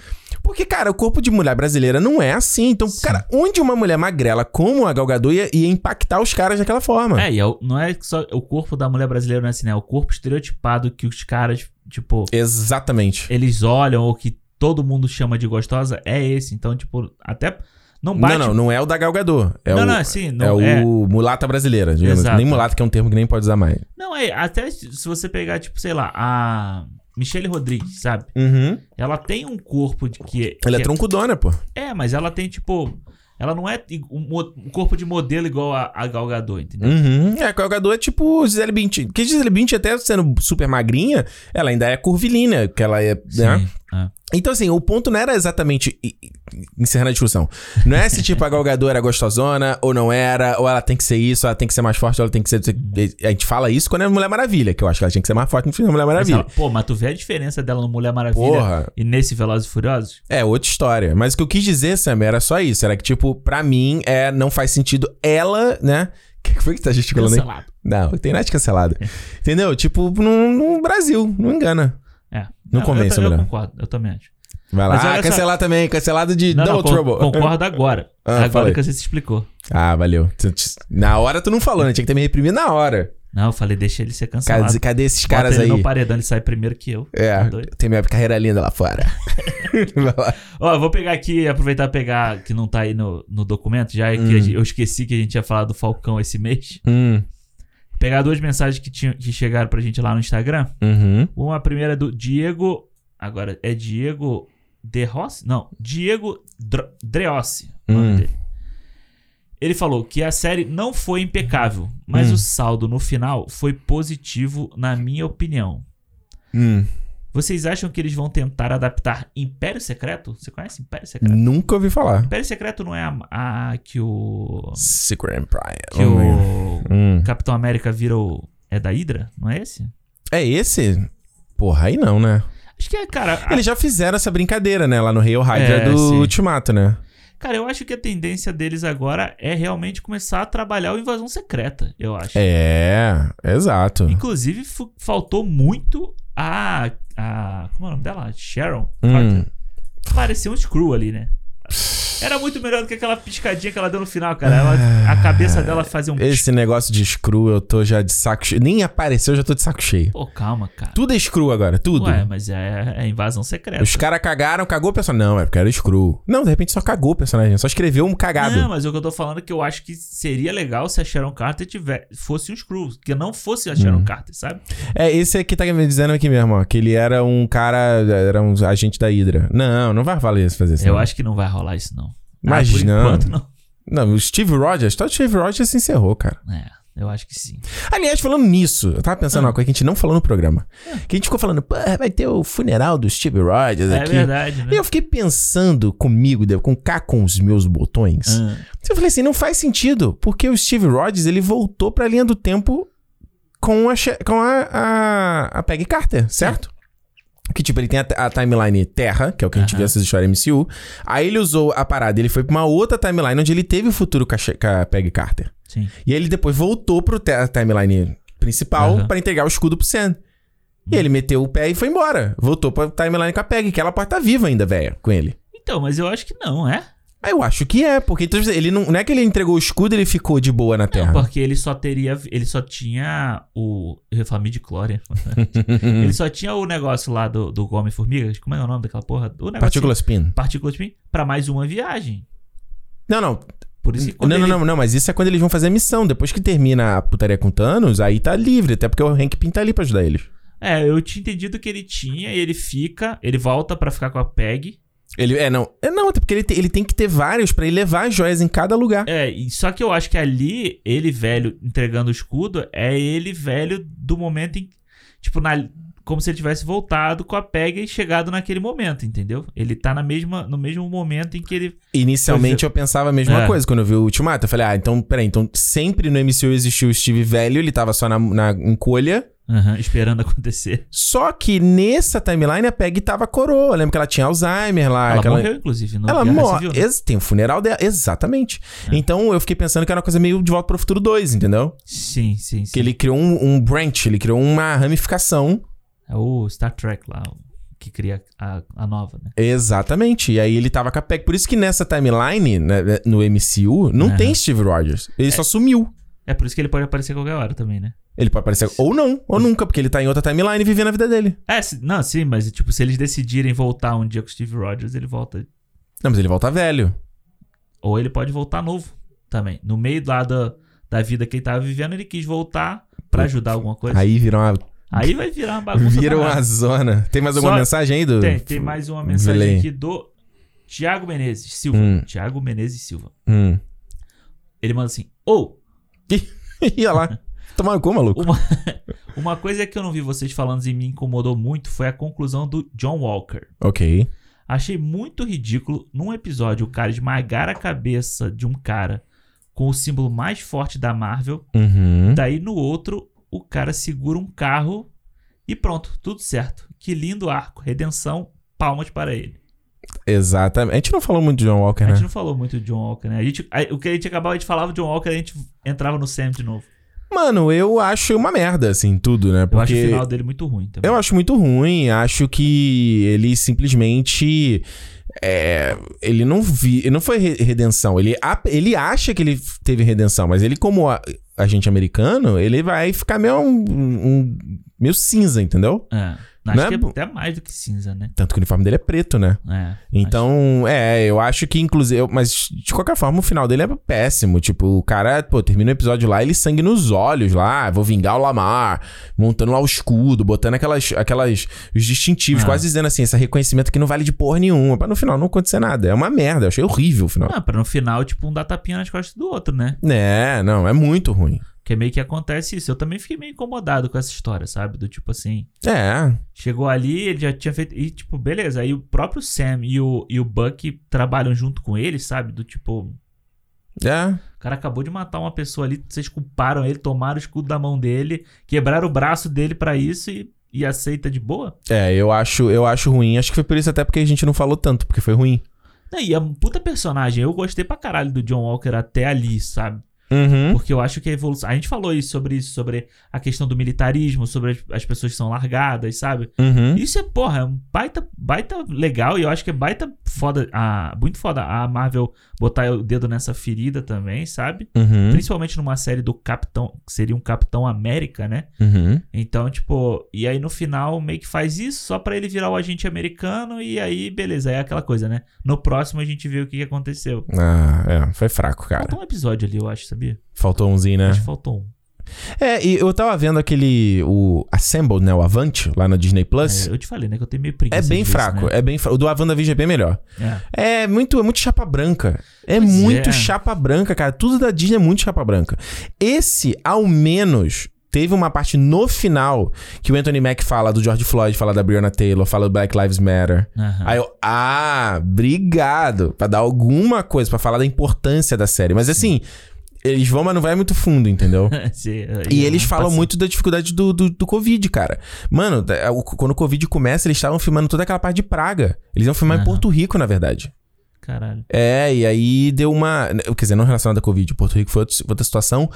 Porque, cara, o corpo de mulher brasileira não é assim. Então, cara, onde uma mulher magrela como a Galgador ia, ia impactar os caras daquela forma? É, e é o- não é só o corpo da mulher brasileira, não é assim, né? É o corpo estereotipado que os caras, tipo, Exatamente. eles olham ou que todo mundo chama de gostosa, é esse. Então, tipo, até. Não um bate. Não, não, não é o da Galgador. É não, o, não, assim, não é o é. mulata brasileira, digamos. Exato. Nem mulata, que é um termo que nem pode usar mais. Não, é, até se você pegar, tipo, sei lá, a Michelle Rodrigues, sabe? Uhum. Ela tem um corpo de que. que Ela é troncudona, pô. é, mas ela tem, tipo. Ela não é i- um, mo- um corpo de modelo igual a, a Gal Gadot, entendeu? Uhum. É, a Galgador é tipo Gisele Bündchen. Porque Gisele Bündchen, até sendo super magrinha, ela ainda é curvilínea, que ela é... né? Sim, é. Então, assim, o ponto não era exatamente. e- e- Encerrando a discussão. Não é se, tipo, a galgadora era gostosona, ou não era, ou ela tem que ser isso, ou ela tem que ser mais forte, ou ela tem que ser. A gente fala isso quando é Mulher Maravilha, que eu acho que ela tinha que ser mais forte no filme da Mulher Mas Maravilha. ela- pô, mas tu vê a diferença dela no Mulher Maravilha Porra. e nesse Velozes e Furiosos? É outra história. Mas o que eu quis dizer, Sam, era só isso. Era que, tipo, pra mim, é, não faz sentido ela, né? O que foi que tá gesticulando aí? Cancelado. Não, tem nada de cancelado. Entendeu? Tipo, no, no Brasil, não engana. É. Não convence, eu, ta- eu, mulher. concordo, eu também acho. Vai lá. Mas olha Ah, só- cancelar também, cancelado de Não, Double não, con- Trouble. concordo agora. Ah, agora fala aí. que você se explicou. Ah, valeu. Tu- tu- Na hora tu não falou, né? Tinha que ter me reprimido na hora. Não, eu falei, deixa ele ser cancelado. Cadê, cadê esses Bota caras ele aí? no paredão, ele sai primeiro que eu. É, Tá doido? tem minha carreira linda lá fora. Vai lá. Ó, eu vou pegar aqui, aproveitar e pegar que não tá aí no, no documento, já que a gente- eu esqueci que a gente ia falar do Falcão esse mês. Hum, Pegar duas mensagens que, tinham, que chegaram pra gente lá no Instagram. uhum. Uma primeira é do Diego. Agora, é Diego De Rossi? Não, Diego Dr Dreossi, o nome Hum. dele. Ele falou que a série não foi impecável, mas Hum. o saldo no final foi positivo, na minha opinião. Hum. Vocês acham que eles vão tentar adaptar Império Secreto? Você conhece Império Secreto? Nunca ouvi falar. Império Secreto não é a, a que o. Secret Empire. Que Oh, meu. o Hum. Capitão América vira o. É da Hydra? Não é esse? É esse? Porra, aí não, né? Acho que é, cara. a- Eles já fizeram essa brincadeira, né? Lá no Rio Hydra É, do sim. Ultimato, né? Cara, eu acho que a tendência deles agora é realmente começar a trabalhar o Invasão Secreta, eu acho. É, exato. Inclusive, fu- faltou muito a. a como é o nome dela? Sharon Hum. Pareceu um Screw ali, né? Era muito melhor do que aquela piscadinha que ela deu no final, cara. Ela- a cabeça dela fazia um. Esse negócio de screw, eu tô já de saco cheio. Nem apareceu, eu já tô de saco cheio. Pô, calma, cara. Tudo é screw agora, tudo. Ué, mas é, é invasão secreta. Os caras cagaram, cagou o personagem. Não, é porque era screw. Não, de repente só cagou o personagem, só escreveu um cagado. Não, mas o que eu tô falando é que eu acho que seria legal se a Sharon Carter tiver, fosse um Screw, que não fosse a Uhum. Sharon Carter, sabe? É, esse aqui tá me dizendo aqui mesmo, ó, que ele era um cara, era um agente da Hydra. Não, não vai valer isso fazer isso. Eu não. acho que não vai rolar isso, não. Mas ah, por não. enquanto, não. Não, o Steve Rogers, todo Steve Rogers se encerrou, cara. É, eu acho que sim. Aliás, falando nisso, eu tava Ah. pensando uma coisa que a gente não falou no programa. Que a gente ficou falando, pô, vai ter o funeral do Steve Rogers É aqui. verdade, né? E eu fiquei pensando comigo, Devo, com cá com os meus botões. Ah, Eu falei assim, não faz sentido, porque o Steve Rogers, ele voltou pra linha do tempo com a, che- com a, a, a Peggy Carter, certo? Que, tipo, ele tem a, t- a timeline Terra, que é o que a gente Aham. vê essas histórias MCU. Aí ele usou a parada, ele foi pra uma outra timeline onde ele teve o futuro com a, che- com a Peggy Carter. sim. E aí ele depois voltou pro te- a timeline principal Aham. pra entregar o escudo pro Sam. E ele meteu o pé e foi embora. Voltou pra timeline com a Peggy, que ela pode estar viva ainda, velha, com ele. Então, mas eu acho que não, é? Ah, Eu acho que é, porque então, ele não, não é que ele entregou o escudo e ele ficou de É, boa na Terra. Porque ele só teria. Ele só tinha o. Eu ia falar midichlorian. ele só tinha o negócio lá do, do Homem-Formiga. Como é o nome daquela porra? O negócio. Partícula spin. Partícula de mim, Pra mais uma viagem. Não, não. Por isso que quando Não, não, ele- não, não, mas isso é quando eles vão fazer a missão. Depois que termina a putaria com o Thanos, aí tá livre, até porque o Hank Pym tá ali pra ajudar eles. É, eu tinha entendido que ele tinha e ele fica, ele volta pra ficar com a Peg. Ele, é, não. É, não, até porque ele, te- ele tem que ter vários pra ele levar as joias em cada lugar. É, e só que eu acho que ali, ele velho entregando o escudo, é ele velho do momento em. Tipo, na, como se ele tivesse voltado com a Peg e chegado naquele momento, entendeu? Ele tá na mesma, no mesmo momento em que ele. Inicialmente eu pensava a mesma É. coisa quando eu vi o Ultimato. Eu falei, ah, então, peraí, então sempre no MCU existiu o Steve velho, ele tava só na, na encolha. Aham, esperando acontecer. Só que nessa timeline a Peggy tava coroa. Eu lembro que ela tinha Alzheimer lá. ela que ela- morreu, inclusive, no Ah, Ela Guerra morre. Civil, né? Ex- Tem o funeral dela. Exatamente. É. Então eu fiquei pensando que era uma coisa meio de volta pro futuro 2, entendeu? Sim, sim, sim. Que ele criou um, um branch, ele criou uma ramificação. É o Star Trek lá, o que cria a, a nova, né? Exatamente. E aí ele tava com a Peg. Por isso que nessa timeline, né, no MCU, não Aham. tem Steve Rogers. Ele só sumiu. É por isso que ele pode aparecer a qualquer hora também, né? Ele pode aparecer ou não, ou nunca, porque ele tá em outra timeline vivendo a vida dele. É, se- não, sim, mas tipo, se eles decidirem voltar um dia com o Steve Rogers, ele volta. Não, mas ele volta velho. Ou ele pode voltar novo também. No meio lá da, da vida que ele tava vivendo, ele quis voltar pra ajudar alguma coisa. Aí, Aí vira uma, vai virar uma bagunça. vira danada. uma zona. Tem mais alguma tá Só- mensagem aí do. Tem, tem mais uma mensagem Vilém. aqui do Tiago Menezes Silva. Hum. Tiago Menezes Silva. Hum. Sim. Ele manda assim: Ou, Ia lá. Tomar no cu, maluco? uma, uma coisa que eu não vi vocês falando e me incomodou muito foi a conclusão do John Walker. Ok. Achei muito ridículo num episódio o cara esmagar a cabeça de um cara com o símbolo mais forte da Marvel. Uhum. Daí no outro, o cara segura um carro e pronto, tudo certo. Que lindo arco, redenção, palmas para ele. Exatamente. A gente não falou muito de John Walker, A gente né? não falou muito de John Walker, né? A gente, a- o que a gente acabava, a gente falava de John Walker, a gente entrava no Sam de novo. Mano, eu acho uma merda, assim, tudo, né? Eu acho o Porque final dele muito ruim também. eu acho muito ruim. Acho que ele simplesmente. é, ele não vi, ele não foi re- redenção. Ele, ap- ele acha que ele teve redenção, mas ele, como a- agente americano, ele vai ficar meio, um, um- meio cinza, entendeu? É, Não acho é que bo- é até mais do que cinza, né? Tanto que o uniforme dele é preto, né? É, Então, é, eu acho que inclusive. eu- Mas, de qualquer forma, o final dele é péssimo. Tipo, o cara, pô, termina o episódio lá, ele sangue nos olhos lá, "Ah, vou vingar o Lamar, montando lá o escudo, botando aquelas. aquelas os distintivos, Ah. quase dizendo assim, esse reconhecimento que não vale de porra nenhuma. Mas no final não acontecer nada. É uma merda, eu achei horrível o final. acho. Ah, pra no final, tipo, um dar tapinha nas costas do outro, né? É, não, é muito ruim. Porque meio que acontece isso. Eu também fiquei meio incomodado com essa história, sabe? Do tipo assim, É. chegou ali, ele já tinha feito. E tipo, beleza. Aí o próprio Sam e o, e o Buck trabalham junto com ele, sabe? Do tipo, É. o cara acabou de matar uma pessoa ali, vocês culparam ele, tomaram o escudo da mão dele, quebraram o braço dele pra isso e, e aceita de boa. É, eu acho, eu acho ruim. Acho que foi por isso até porque a gente não falou tanto, porque foi ruim. E é um puta personagem. Eu gostei pra caralho do John Walker até ali, sabe? Uhum. Porque eu acho que a evolução. A gente falou isso sobre isso, sobre a questão do militarismo, sobre as, as pessoas que são largadas, sabe? Uhum. Isso é, porra, é um baita, baita legal e eu acho que é baita foda. A, muito foda a Marvel botar o dedo nessa ferida também, sabe? Uhum. Principalmente numa série do Capitão. Que seria um Capitão América, né? Uhum. Então, tipo, e aí no final meio que faz isso só pra ele virar o agente americano e aí, beleza, é aquela coisa, né? No próximo a gente vê o que que aconteceu. Ah, é, foi fraco, cara. Faltou um episódio ali, eu acho, sabia? Faltou umzinho, né? Acho que faltou um. É, e eu tava vendo aquele. O Assemble, né? O Avante, lá na Disney Plus. É, É, eu te falei, né? Que eu tenho meio preguiça. bem disso, fraco, né? é bem fraco. O do WandaVision é bem melhor. É. É muito, é muito chapa branca. É Pois muito é. chapa branca, cara. Tudo da Disney é muito chapa branca. Esse, ao menos, teve uma parte no final que o Anthony Mack fala do George Floyd, fala da Breonna Taylor, fala do Black Lives Matter. É, Aham. Aí eu, ah, obrigado. Pra dar alguma coisa, pra falar da importância da série. Mas assim, eles vão, mas não vai muito fundo, entendeu? Sim, E eu eles não falam passei. muito da dificuldade do, do, do Covid, cara. Mano, da- o- quando o Covid começa, eles estavam filmando toda aquela parte de praga. Eles iam filmar em Aham. Porto Rico, na verdade. Caralho. É, e aí deu uma. né, Quer dizer, não relacionada à Covid. Porto Rico foi outro- outra situação.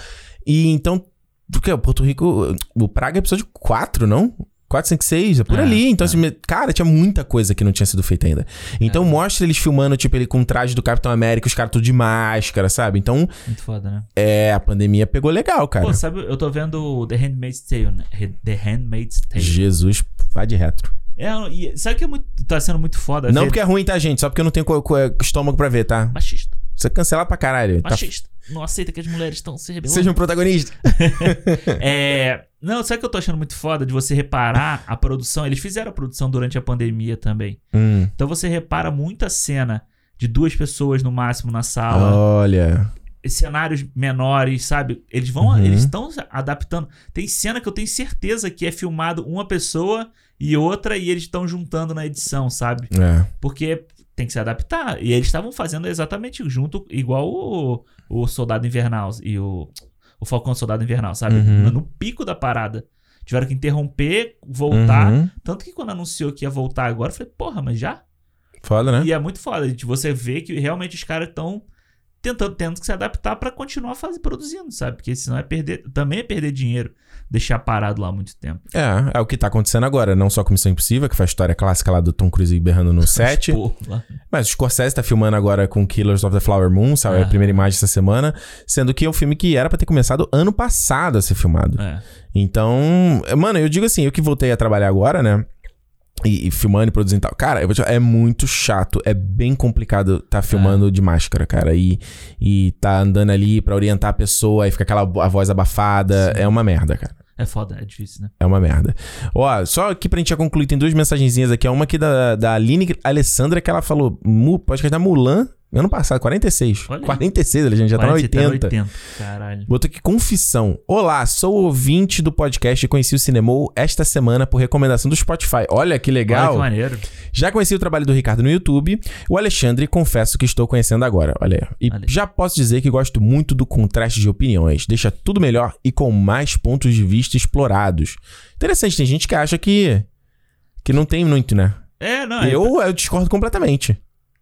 E então. Porque o Porto Rico. O Praga é episódio 4, não? 4, 5, 6, é por É, ali. Então, é. assim, me- cara, tinha muita coisa que não tinha sido feita ainda. Então, mostra eles filmando, tipo, ele com o traje do Capitão América, os caras tudo de máscara, sabe? Então, Muito foda, né? é, a pandemia pegou legal, cara. Pô, sabe, eu tô vendo o The Handmaid's Tale, né? Re- The Handmaid's Tale. Jesus, vai de retro. É, e sabe que é muito, tá sendo muito foda? Não ver- porque é ruim, tá, gente? Só porque eu não tenho co- co- estômago pra ver, tá? Machista. Você cancelar pra caralho. Tá? Machista. Não aceita que as mulheres estão se rebelando. Seja um protagonista. É. Não, sabe o que eu tô achando muito foda de você reparar a produção? Eles fizeram a produção durante a pandemia também. Hum, Então você repara muita cena de duas pessoas no máximo na Ah. sala. olha. cenários menores, sabe? Eles vão, Uhum. eles estão adaptando. Tem cena que eu tenho certeza que é filmado uma pessoa e outra e eles estão juntando na edição, sabe? É. Porque tem que se adaptar. E eles estavam fazendo exatamente junto, igual o, o Soldado Invernal e o, o Falcão Soldado Invernal, sabe? Uhum. No pico da parada. Tiveram que interromper, voltar. Uhum. Tanto que quando anunciou que ia voltar agora, eu falei, porra, mas já? Foda, né? E é muito foda, gente. Você vê que realmente os caras estão tentando, tendo que se adaptar pra continuar faz, produzindo, sabe? Porque senão é perder. Também é perder dinheiro deixar parado lá muito tempo. É, é o que tá acontecendo agora. Não só com Missão Impossível, que faz a história clássica lá do Tom Cruise berrando no set. Pô, lá. Mas o Scorsese tá filmando agora com Killers of the Flower Moon, saiu a Ah. primeira imagem essa semana. Sendo que é um filme que era pra ter começado ano passado a ser filmado. É. Então, é, mano, eu digo assim, eu que voltei a trabalhar agora, né? E, e filmando e produzindo e tal. Cara, eu vou te falar, é muito chato, é bem complicado tá filmando É. de máscara, cara. E, e tá andando ali pra orientar a pessoa, aí fica aquela bo- a voz abafada. É uma merda, cara. É foda, é difícil, né? É uma merda. Ó, só aqui pra gente já concluir, tem duas mensagenzinhas aqui. é Uma aqui da, da Aline Alessandra, que ela falou, "Mu- podcast da Mulan, ano passado, 46. Olha aí. 46, ele já tá na 40, 80. Caralho. Botou aqui confissão. Olá, sou ouvinte do podcast e conheci o Cinemol esta semana por recomendação do Spotify. Olha que Olha legal. que maneiro. Já conheci o trabalho do Ricardo no YouTube. O Alexandre, confesso que estou conhecendo agora. Olha aí. E Olha aí. já posso dizer que gosto muito do contraste de opiniões. Deixa tudo melhor e com mais pontos de vista explorados. Interessante, tem gente que acha que. que não tem muito, né? É, não. é- Eu, eu discordo completamente.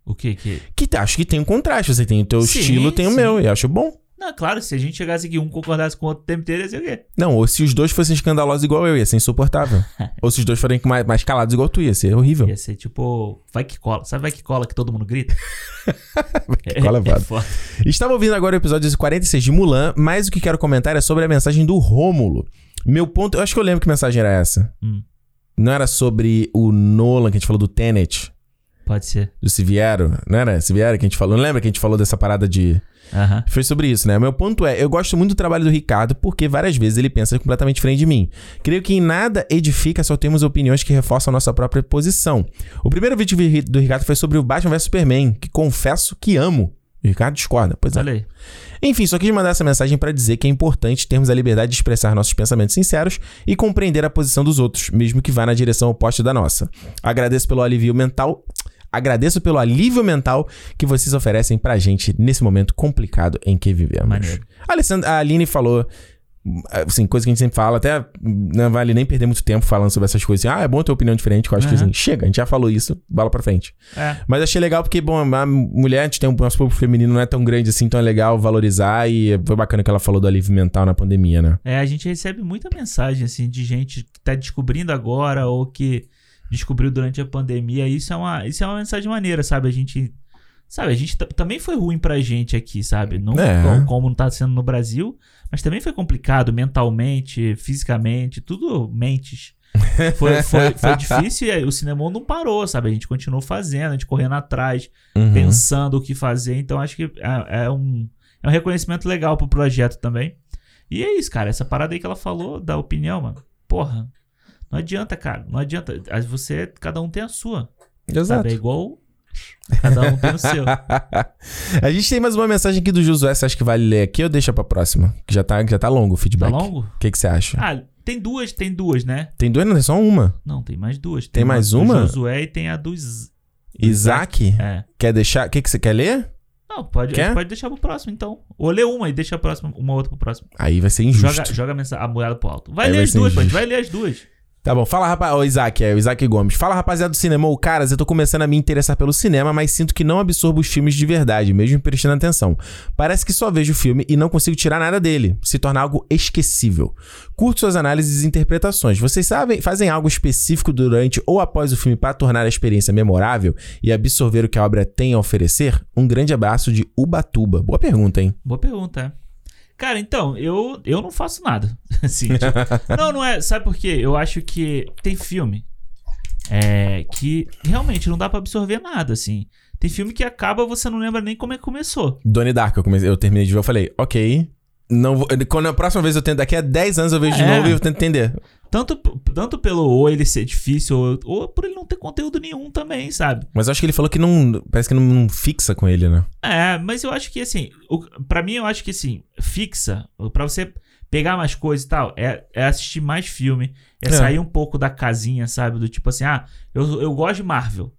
O que que. Que acho que tem um contraste. Você tem o teu Sim, estilo, tem o sim. meu. E eu acho bom. Não, claro, se a gente chegasse aqui e um concordasse com o outro o tempo inteiro, ia ser o quê? Não, ou se os dois fossem escandalosos igual eu, ia ser insuportável. ou se os dois forem com mais, mais calados igual tu, ia ser horrível. Ia ser tipo. Vai que cola. Sabe, vai que cola que todo mundo grita? Que cola é é foda. foda. Estava ouvindo agora o episódio 46 de Mulan, mas o que quero comentar é sobre a mensagem do Rômulo. Meu ponto... Eu acho que eu lembro que mensagem era essa. Hum. Não era sobre o Nolan, que a gente falou do Tenet, Pode ser. do Siviero. Não era Siviero que a gente falou? Não lembra que a gente falou dessa parada de... Aham. Foi sobre isso, né? Meu ponto é, eu gosto muito do trabalho do Ricardo porque várias vezes ele pensa completamente diferente de mim. Creio que em nada edifica, só temos opiniões que reforçam a nossa própria posição. O primeiro vídeo vi- do Ricardo foi sobre o Batman vs Superman, que confesso que amo. O Ricardo discorda, pois é. Olha aí. Enfim, só quis mandar essa mensagem pra dizer que é importante termos a liberdade de expressar nossos pensamentos sinceros e compreender a posição dos outros, mesmo que vá na direção oposta da nossa. Agradeço pelo alívio mental. Agradeço pelo alívio mental que vocês oferecem pra gente nesse momento complicado em que vivemos. Maneiro. Alessandra, a Aline falou Assim, coisa que a gente sempre fala, até não vale nem perder muito tempo falando sobre essas coisas. Assim, ah, é bom ter opinião diferente, que eu acho que Aham. assim, chega, a gente já falou isso, bala pra frente. É. Mas achei legal porque, bom, a mulher, a gente tem um nosso público feminino não é tão grande assim, então é legal valorizar e foi bacana que ela falou do alívio mental na pandemia, né? É, a gente recebe muita mensagem, assim, de gente que tá descobrindo agora ou que descobriu durante a pandemia. Isso é uma, isso é uma mensagem maneira, sabe? A gente. Sabe, a gente ta- também foi ruim pra gente aqui, sabe? Não É. co- como não tá sendo no Brasil, mas também foi complicado mentalmente, fisicamente, tudo mentes. Foi, foi, foi difícil e aí o cinema não parou, sabe? A gente continuou fazendo, a gente correndo atrás, Uhum. pensando o que fazer. Então acho que é, é um, é um reconhecimento legal pro projeto também. E é isso, cara. Essa parada aí que ela falou da opinião, mano. Porra. Não adianta, cara. Não adianta. As- Você, cada um tem a sua. Exato. Sabe? É igual. Cada um tem o seu. a gente tem mais uma mensagem aqui do Josué, você acha que vale ler aqui ou deixa pra próxima? Que já tá, já tá longo o Tá feedback. longo? O que, tá. que você acha? Ah, tem duas, tem duas, né? Tem duas, não, tem só uma. Não, tem mais duas. Tem mais do uma? Josué e tem a dos. Isaac, É. quer deixar. O que, que você quer ler? Não, pode, Quer? pode deixar pro próximo, então. Ou lê uma e deixa a próxima, uma outra pro próximo. Aí vai ser injusto. Joga, joga a, mensagem, a moeda pro alto. Vai Aí ler É, vai as ser duas, pô. A gente injusto. vai ler as duas. Tá bom, fala rapaz, o Isaac, é o Isaac Gomes. Fala rapaziada do cinema, ô caras, eu tô começando a me interessar pelo cinema, mas sinto que não absorvo os filmes de verdade, mesmo prestando atenção. Parece que só vejo o filme e não consigo tirar nada dele, se torna algo esquecível. Curto suas análises e interpretações. Vocês sabem, fazem algo específico durante ou após o filme para tornar a experiência memorável e absorver o que a obra tem a oferecer? Um grande abraço de Ubatuba. Boa pergunta, hein? Boa pergunta. Cara, então, eu, eu não faço nada. Assim, tipo, não, não é. Sabe por quê? Eu acho que tem filme é, que realmente não dá pra absorver nada, assim. Tem filme que acaba você não lembra nem como é que começou. Donnie Dark, eu, comecei, eu terminei de ver, eu falei, ok. Não vou, quando a próxima vez eu tento, daqui a 10 anos eu vejo de É. novo e eu tento entender. Tanto, p- tanto pelo ou ele ser difícil, ou, ou por ele não ter conteúdo nenhum também, sabe? Mas eu acho que ele falou que não. Parece que não, não fixa com ele, né? É, mas eu acho que assim, o, pra mim eu acho que assim, fixa, pra você pegar mais coisas e tal, é, é assistir mais filme, é, É. sair um pouco da casinha, sabe? Do tipo assim, ah, eu, eu gosto de Marvel.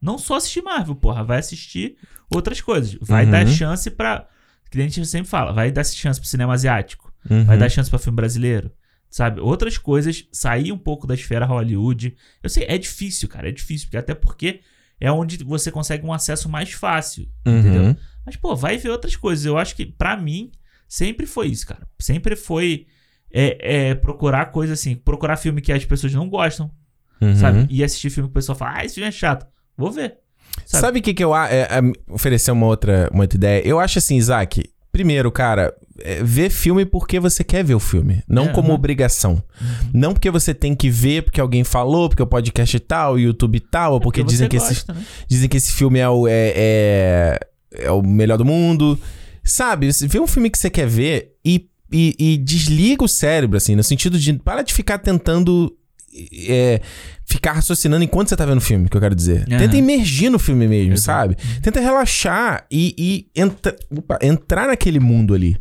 Não só assistir Marvel, porra, vai assistir outras coisas. Vai Uhum. dar chance pra. Que a gente sempre fala, vai dar chance pro cinema asiático. Uhum. Vai dar chance pra filme brasileiro. Sabe? Outras coisas, sair um pouco da esfera Hollywood. Eu sei, é difícil, cara. É difícil, porque até porque é onde você consegue um acesso mais fácil. Uhum. entendeu? Mas, pô, vai ver outras coisas. Eu acho que, pra mim, sempre foi isso, cara. Sempre foi é, é, procurar coisa assim, procurar filme que as pessoas não gostam, Uhum. sabe? Sabe? E assistir filme que o pessoal fala, ah, esse filme é chato. Vou ver. Sabe? Sabe o que, que eu. a- É, é, oferecer uma outra, uma outra ideia? Eu acho assim, Isaac. Primeiro, cara, é, ver filme porque você quer ver o filme. Não É, como uhum. obrigação. Não porque você tem que ver, porque alguém falou, porque o podcast tal, o YouTube tal, ou porque, É dizem você que, esse, gosta, né? dizem que esse filme é o, é, é, é o melhor do mundo. Sabe, você vê um filme que você quer ver e, e, e desliga o cérebro, assim, no sentido de para de ficar tentando. é, ficar raciocinando enquanto você tá vendo o filme, que eu quero dizer. Aham. Tenta emergir no filme mesmo, Exato. sabe? Tenta relaxar e, e entra- opa, entrar naquele mundo ali.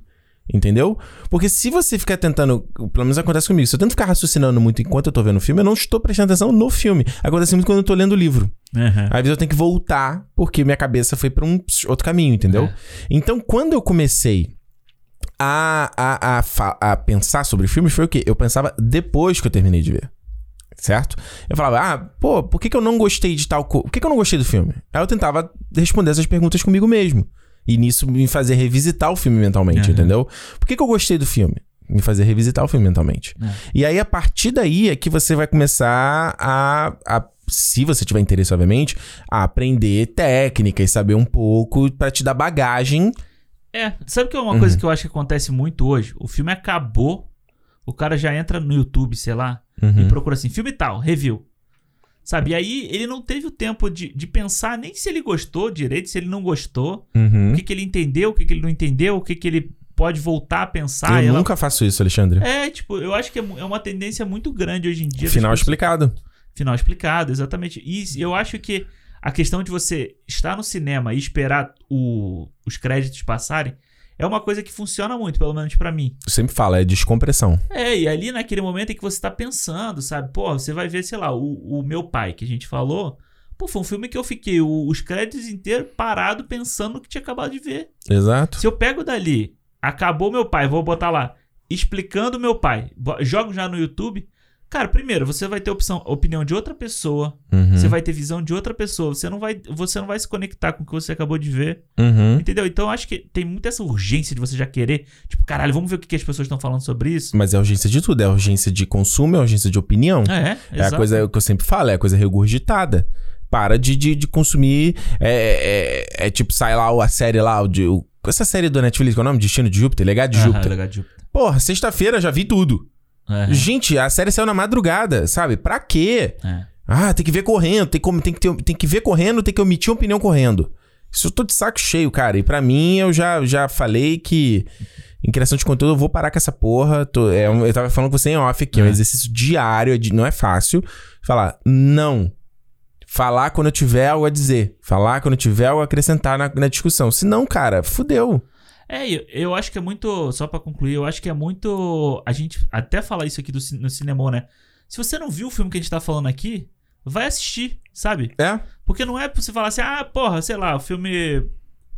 Entendeu? Porque se você ficar tentando. Pelo menos acontece comigo. Se eu tento ficar raciocinando muito enquanto eu tô vendo o filme, eu não estou prestando atenção no filme. Acontece muito quando eu tô lendo o livro. Aham. Às vezes eu tenho que voltar porque minha cabeça foi pra um ps- outro caminho, entendeu? É. Então, quando eu comecei a, a, a, fa- a pensar sobre filmes, foi o quê? Eu pensava depois que eu terminei de ver. Certo? Eu falava, ah, pô, por que, que eu não gostei de tal coisa? Por que, que eu não gostei do filme? Aí eu tentava responder essas perguntas comigo mesmo. E nisso me fazer revisitar o filme mentalmente, Aham. entendeu? Por que, que eu gostei do filme? Me fazer revisitar o filme mentalmente. É. E aí, a partir daí, é que você vai começar a. a- se você tiver interesse, obviamente, a aprender técnica e saber um pouco pra te dar bagagem. É, sabe que é uma Uhum. coisa que eu acho que acontece muito hoje? O filme acabou, o cara já entra no YouTube, sei lá, Uhum, e procura assim, filme tal, review. Sabe? E aí ele não teve o tempo de, de pensar nem se ele gostou direito, se ele não gostou, Uhum. o que, que ele entendeu, o que, que ele não entendeu, o que, que ele pode voltar a pensar. eu Ah, ela- nunca faço isso, Alexandre. É, tipo, eu acho que é mu- é uma tendência muito grande hoje em dia. das Final pessoas- explicado. Final explicado, exatamente. E eu acho que a questão de você estar no cinema e esperar o- os créditos passarem é uma coisa que funciona muito, pelo menos pra mim. Eu sempre falo, é descompressão. É, e ali naquele momento em que você tá pensando, sabe? Pô, você vai ver, sei lá, o, o Meu Pai, que a gente falou. Pô, foi um filme que eu fiquei o- os créditos inteiros parado pensando no que tinha acabado de ver. Exato. Se eu pego dali, acabou Meu Pai, vou botar lá. explicando meu pai. Bo- Jogo já no YouTube. Cara, primeiro, você vai ter opção, opinião de outra pessoa, Uhum. você vai ter visão de outra pessoa, você não vai, você não vai se conectar com o que você acabou de ver, Uhum. entendeu? Então acho que tem muita essa urgência de você já querer, tipo, caralho, vamos ver o que, que as pessoas estão falando sobre isso. Mas é urgência de tudo. É urgência de consumo, é urgência de opinião. É, É a coisa que eu sempre falo, é a coisa regurgitada. Para de, de, de consumir. É, é- é tipo, sai lá a série lá, o de, o- essa série do Netflix, qual é o nome? Destino de Júpiter, Legado de Júpiter. Júpiter. Porra, sexta-feira já vi tudo. É, Gente, a série saiu na madrugada, sabe? Pra quê? é. Ah, tem que ver correndo, tem, como, tem, que, ter- tem que ver correndo, tem que omitir uma opinião correndo. Isso eu tô de saco cheio, cara. E pra mim, eu já, já falei que em criação de conteúdo eu vou parar com essa porra. Tô- é um- eu tava falando com você em off aqui, é um É. exercício diário, é de- não é fácil. Falar, não. Falar quando eu tiver algo a dizer. Falar quando eu tiver algo a acrescentar na, na discussão. Se não, cara, fudeu. É, eu, eu acho que é muito. Só pra concluir, eu acho que é muito. A gente até fala isso aqui do, ci- no cinema, né? Se você não viu o filme que a gente tá falando aqui, vai assistir, sabe? É? Porque não é pra você falar assim, ah, porra, sei lá, o filme.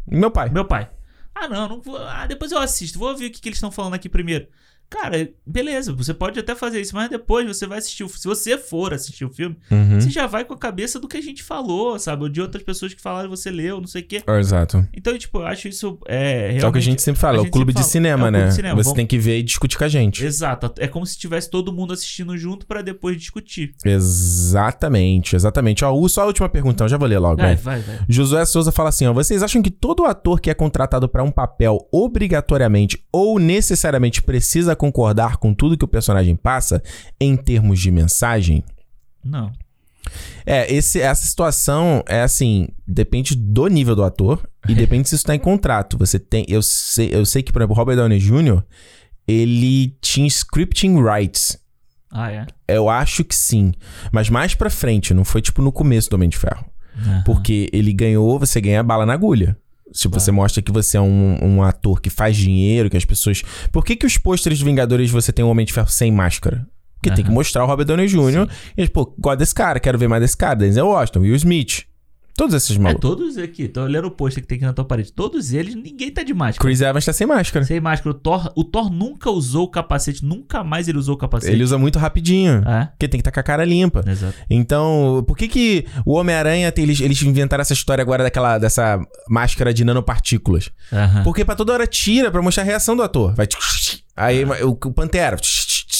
Meu pai. Meu pai. Ah, não, não vou. Ah, depois eu assisto, vou ouvir o que, que eles estão falando aqui primeiro. Cara, beleza, você pode até fazer isso, mas depois você vai assistir. o- Se você for assistir o filme, Uhum. você já vai com a cabeça do que a gente falou, sabe? Ou de outras pessoas que falaram, você leu, não sei o quê. É, Exato. Então, tipo, eu acho isso. É o É, que a realmente- gente sempre fala, a é o gente clube de sempre fala, cinema, é o né? clube de cinema, Você vamos- tem que ver e discutir com a gente. Exato. É como se tivesse todo mundo assistindo junto pra depois discutir. Exatamente, exatamente. Ó, o- só a última pergunta, então, já vou ler logo. Vai, né? vai, vai. Josué Souza fala assim: ó, vocês acham que todo ator que é contratado pra um papel obrigatoriamente ou necessariamente precisa concordar com tudo que o personagem passa em termos de mensagem? Não. É, esse, essa situação é assim, depende do nível do ator e depende se isso tá em contrato. Você tem, eu sei, eu sei que por exemplo, o Robert Downey Jr. ele tinha scripting rights. Ah, é. Eu acho que sim. Mas mais pra frente, não foi tipo no começo do Homem de Ferro. Porque ele ganhou, você ganha bala na agulha. Se Claro. você mostra que você é um, um ator que faz dinheiro, que as pessoas. Por que, que os pôsteres de Vingadores você tem um Homem de Ferro sem máscara? Porque tem que Aham. mostrar o Robert Downey Jr. E, pô, gosto desse cara, quero ver mais desse cara. Denzel Washington, Will Smith. Todos esses É, malucos. todos aqui. Tô olhando o pôster que tem aqui na tua parede. Todos eles, ninguém tá de máscara. Chris Evans tá sem máscara. Sem máscara. O Thor, o Thor nunca usou o capacete. Nunca mais ele usou o capacete. Ele usa muito rapidinho. É. Porque tem que estar com a cara limpa. Exato. Então, por que que o Homem-Aranha, tem- eles, eles inventaram essa história agora daquela, dessa máscara de nanopartículas? Aham. Porque pra toda hora tira pra mostrar a reação do ator. Vai. tch- tch- Aí o, o Pantera. tch- tch- tch,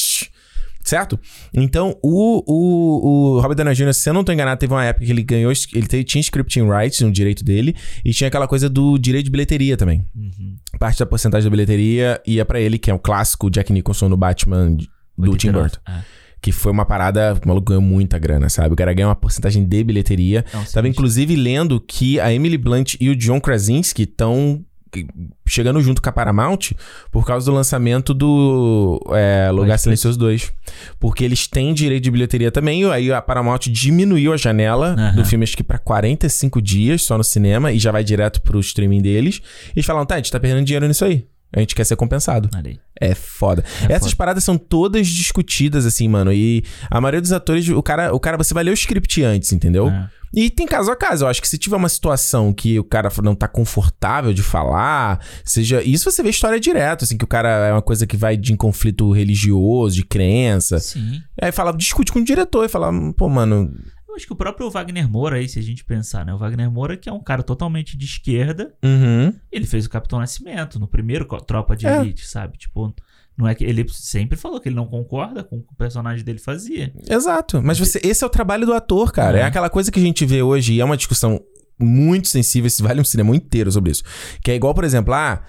Certo? Então, o, o, o Robert Downey Jr., se eu não tô enganado, teve uma época que ele ganhou. Ele te- tinha scripting rights, um direito dele, e tinha aquela coisa do direito de bilheteria também. Uhum. Parte da porcentagem da bilheteria ia pra ele, que é o clássico Jack Nicholson no Batman de- do Tim 89. Burton. É. Que foi uma parada. O maluco ganhou muita grana, sabe? O cara ganhou uma porcentagem de bilheteria. Não, Tava sim. inclusive lendo que a Emily Blunt e o John Krasinski estão chegando junto com a Paramount por causa do lançamento do é, Lugar Mas, Silencioso 2. Porque eles têm direito de bilheteria também, e aí a Paramount diminuiu a janela Aham. do filme, acho que pra 45 dias só no cinema, e já vai direto pro streaming deles. E eles falaram, tá, a gente tá perdendo dinheiro nisso aí. A gente quer ser compensado. Olha aí. É foda. É Essas foda. paradas são todas discutidas, assim, mano. E a maioria dos atores, o cara, o cara você vai ler o script antes, entendeu? É. E tem caso a caso. Eu acho que se tiver uma situação que o cara não tá confortável de falar, seja. Isso você vê história direto, assim, que o cara é uma coisa que vai de em conflito religioso, de crença. É. Sim. Aí fala, discute com o diretor e fala, "Hum, pô, mano. Eu acho que o próprio Wagner Moura aí, se a gente pensar, né? O Wagner Moura, que é um cara totalmente de esquerda, Uhum. Ele fez o Capitão Nascimento no primeiro co- Tropa de É. Elite, sabe? Tipo, não é que ele sempre falou que ele não concorda com o que o personagem dele fazia. Exato. Mas você, esse é o trabalho do ator, cara. É. É. aquela coisa que a gente vê hoje e é uma discussão muito sensível. Isso vale um cinema inteiro sobre isso. Que é igual, por exemplo, ah.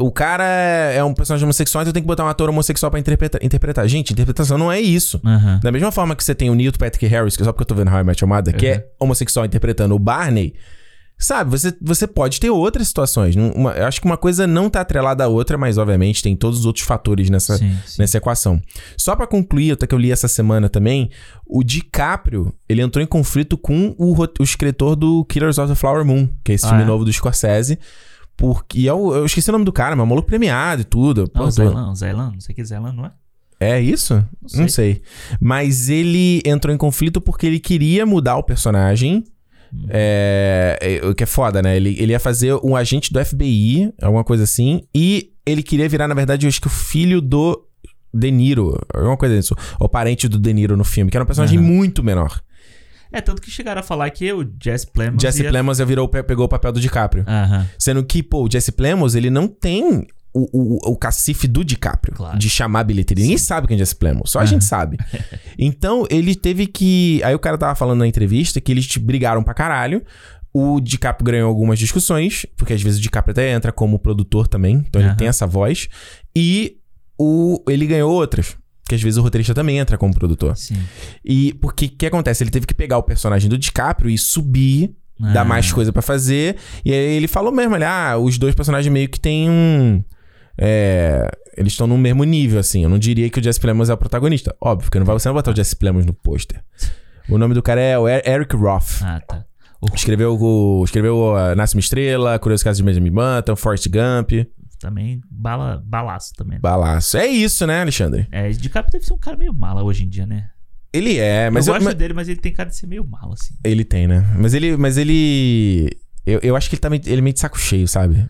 O cara é um personagem homossexual, então tem que botar um ator homossexual pra interpretar. interpretar. Gente, interpretação não é isso. Aham. Da mesma forma que você tem o Neil Patrick Harris, que é só porque eu tô vendo How I Met Your Mother, que é homossexual interpretando o Barney, sabe, você, você pode ter outras situações. Não- uma- eu acho que uma coisa não tá atrelada à outra, mas obviamente tem todos os outros fatores nessa, Sim, sim. nessa equação. Só pra concluir, até que eu li essa semana também, o DiCaprio, ele entrou em conflito com o, ro- o escritor do Killers of the Flower Moon, que é esse Ah, filme é? novo do Scorsese, porque e é o- eu esqueci o nome do cara, mas é um maluco premiado e tudo. Não, Pô, tô- Zailan, Zailan, não sei o que Zailan, não é? é isso? Não Não sei. Mas ele entrou em conflito porque ele queria mudar o personagem. Hum. É, é, o que é foda, né? Ele, ele ia fazer um agente do FBI, alguma coisa assim. E ele queria virar, na verdade, eu acho que o filho do De Niro, alguma coisa disso, ou parente do De Niro no filme, que era um personagem muito menor. É, tanto que chegaram a falar que o Jesse Plemons Jesse É, ia... Plemons virou, pe- pegou o papel do DiCaprio. Aham. Sendo que, pô, o Jesse Plemons, ele não tem o, o, o cacife do DiCaprio Claro. de chamar a bilheteria. Ninguém sabe quem é o Jesse Plemons, só a gente sabe. Então, ele teve que... Aí o cara tava falando na entrevista que eles te brigaram pra caralho. O DiCaprio ganhou algumas discussões, porque às vezes o DiCaprio até entra como produtor também, então ele Aham. tem essa voz. E o, ele ganhou outras, porque às vezes o roteirista também entra como produtor. Sim. E porque o que acontece? Ele teve que pegar o personagem do DiCaprio e subir dá Ah. mais coisa pra fazer. E aí ele falou mesmo, ele, ah, os dois personagens meio que tem um. É, eles estão no mesmo nível, assim. Eu não diria que o Jesse Plemons é o protagonista. Óbvio, porque não vai, você não vai botar o Jesse Plemons no pôster. O nome do cara é o Er- Eric Roth. Ah, tá. Escreveu o. Escreveu ó, Nasce uma Estrela, Curioso Caso de Benjamin Button, Forrest Gump. Também bala, balaço também. né? Balaço. É isso, né, Alexandre? É, de DiCaprio deve ser um cara meio mala hoje em dia, né? Ele é, mas Mas eu, eu- gosto mas- dele, mas ele tem cara de ser meio mala, assim. ele tem, né? Mas ele. Mas ele. Eu, eu acho que ele tá meio, ele é meio de saco cheio, sabe?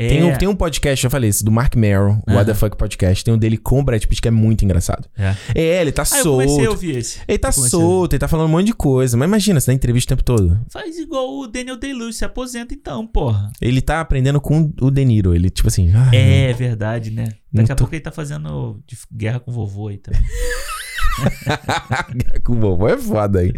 É, Tem, um, tem um podcast, eu falei, esse do Mark Merrill, o Aham. What the Fuck Podcast. Tem um dele com o Brad Pitt que é muito engraçado. É. É, ele tá Ah, eu comecei a solto. ouvir esse. Ele tá Eu comecei a solto, ele tá falando um monte de coisa. Mas imagina, você dá entrevista o tempo todo. Faz igual o Daniel Day-Lewis, se aposenta então, porra. Ele tá aprendendo com o De Niro. Ele, tipo assim... ah, É verdade, né? Daqui Não a tô- pouco ele tá fazendo de guerra com o vovô aí também. com o vovô é foda, hein?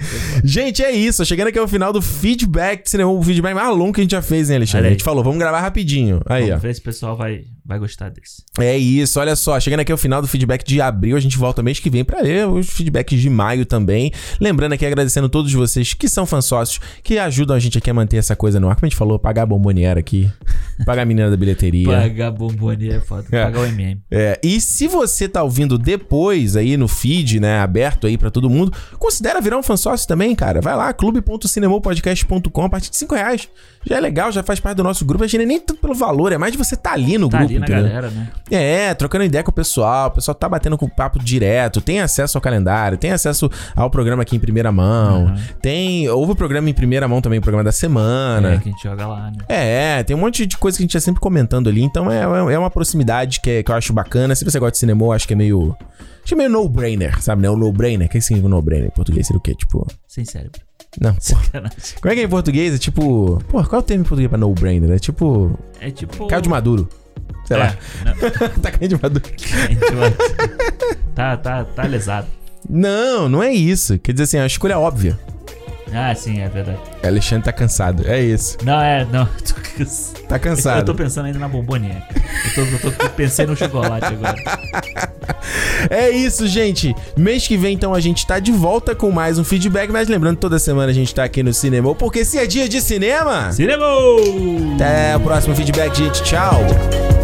gente, é isso. Chegando aqui ao final do feedback de cinema. O feedback mais longo que a gente já fez, hein, Alexandre? Olha A aí. gente falou, vamos gravar rapidinho. Aí, ó. Vamos ver se o pessoal vai, vai gostar desse. É isso, olha só, chegando aqui ao final do feedback de abril, a gente volta mês que vem pra ler os feedbacks de maio também. Lembrando aqui, agradecendo todos vocês que são fãs sócios, que ajudam a gente aqui a manter essa coisa no ar. Como a gente falou, pagar a bomboniera aqui, pagar a menina da bilheteria. Pagar bombone é foda. É. Pagar o MM. É, e se você tá ouvindo depois aí no feed, né, aberto aí pra todo mundo, considera virar um fã sócio também, cara. Vai lá, clube.cinemopodcast.com a partir de 5 reais. Já é legal, já faz parte do nosso grupo. A gente não é nem tanto pelo valor, é mais de você tá ali no Tá grupo, ali na entendeu? galera, né? É, trocando ideia com o pessoal, o pessoal tá batendo com o papo direto, tem acesso ao calendário, tem acesso ao programa aqui em primeira mão, Uhum. tem. Houve o programa em primeira mão também, o programa da É, semana. que a gente joga lá, né? É, é, tem um monte de coisa que a gente tá sempre comentando ali, então é, é uma proximidade que, é- que eu acho bacana. Se você gosta de cinema, eu acho que é meio. Acho que é meio no-brainer, sabe, né? O no-brainer. O que significa no-brainer em português? Seria o quê? Tipo. Sem cérebro. Não, pô. Sacanagem. Como é que é em português? É tipo. Pô, qual é o termo em português pra no-brainer? É tipo. É tipo. Caio de Maduro. Sei É, lá. não, tá caindo de Maduro. É, a gente vai- tá, tá, tá lesado. Não, não é isso. Quer dizer assim, é uma escolha óbvia. Ah, sim, é verdade. Alexandre tá cansado. É isso. Não, é, não. tô cansado. Tá Eu tô cansado. pensando ainda na bomboninha. Eu tô, eu tô pensando no chocolate agora. É isso, gente. Mês que vem, então, a gente tá de volta com mais um feedback. Mas lembrando, toda semana a gente tá aqui no cinema. Porque se é dia de cinema. Cinema! Até o próximo feedback, gente. Tchau.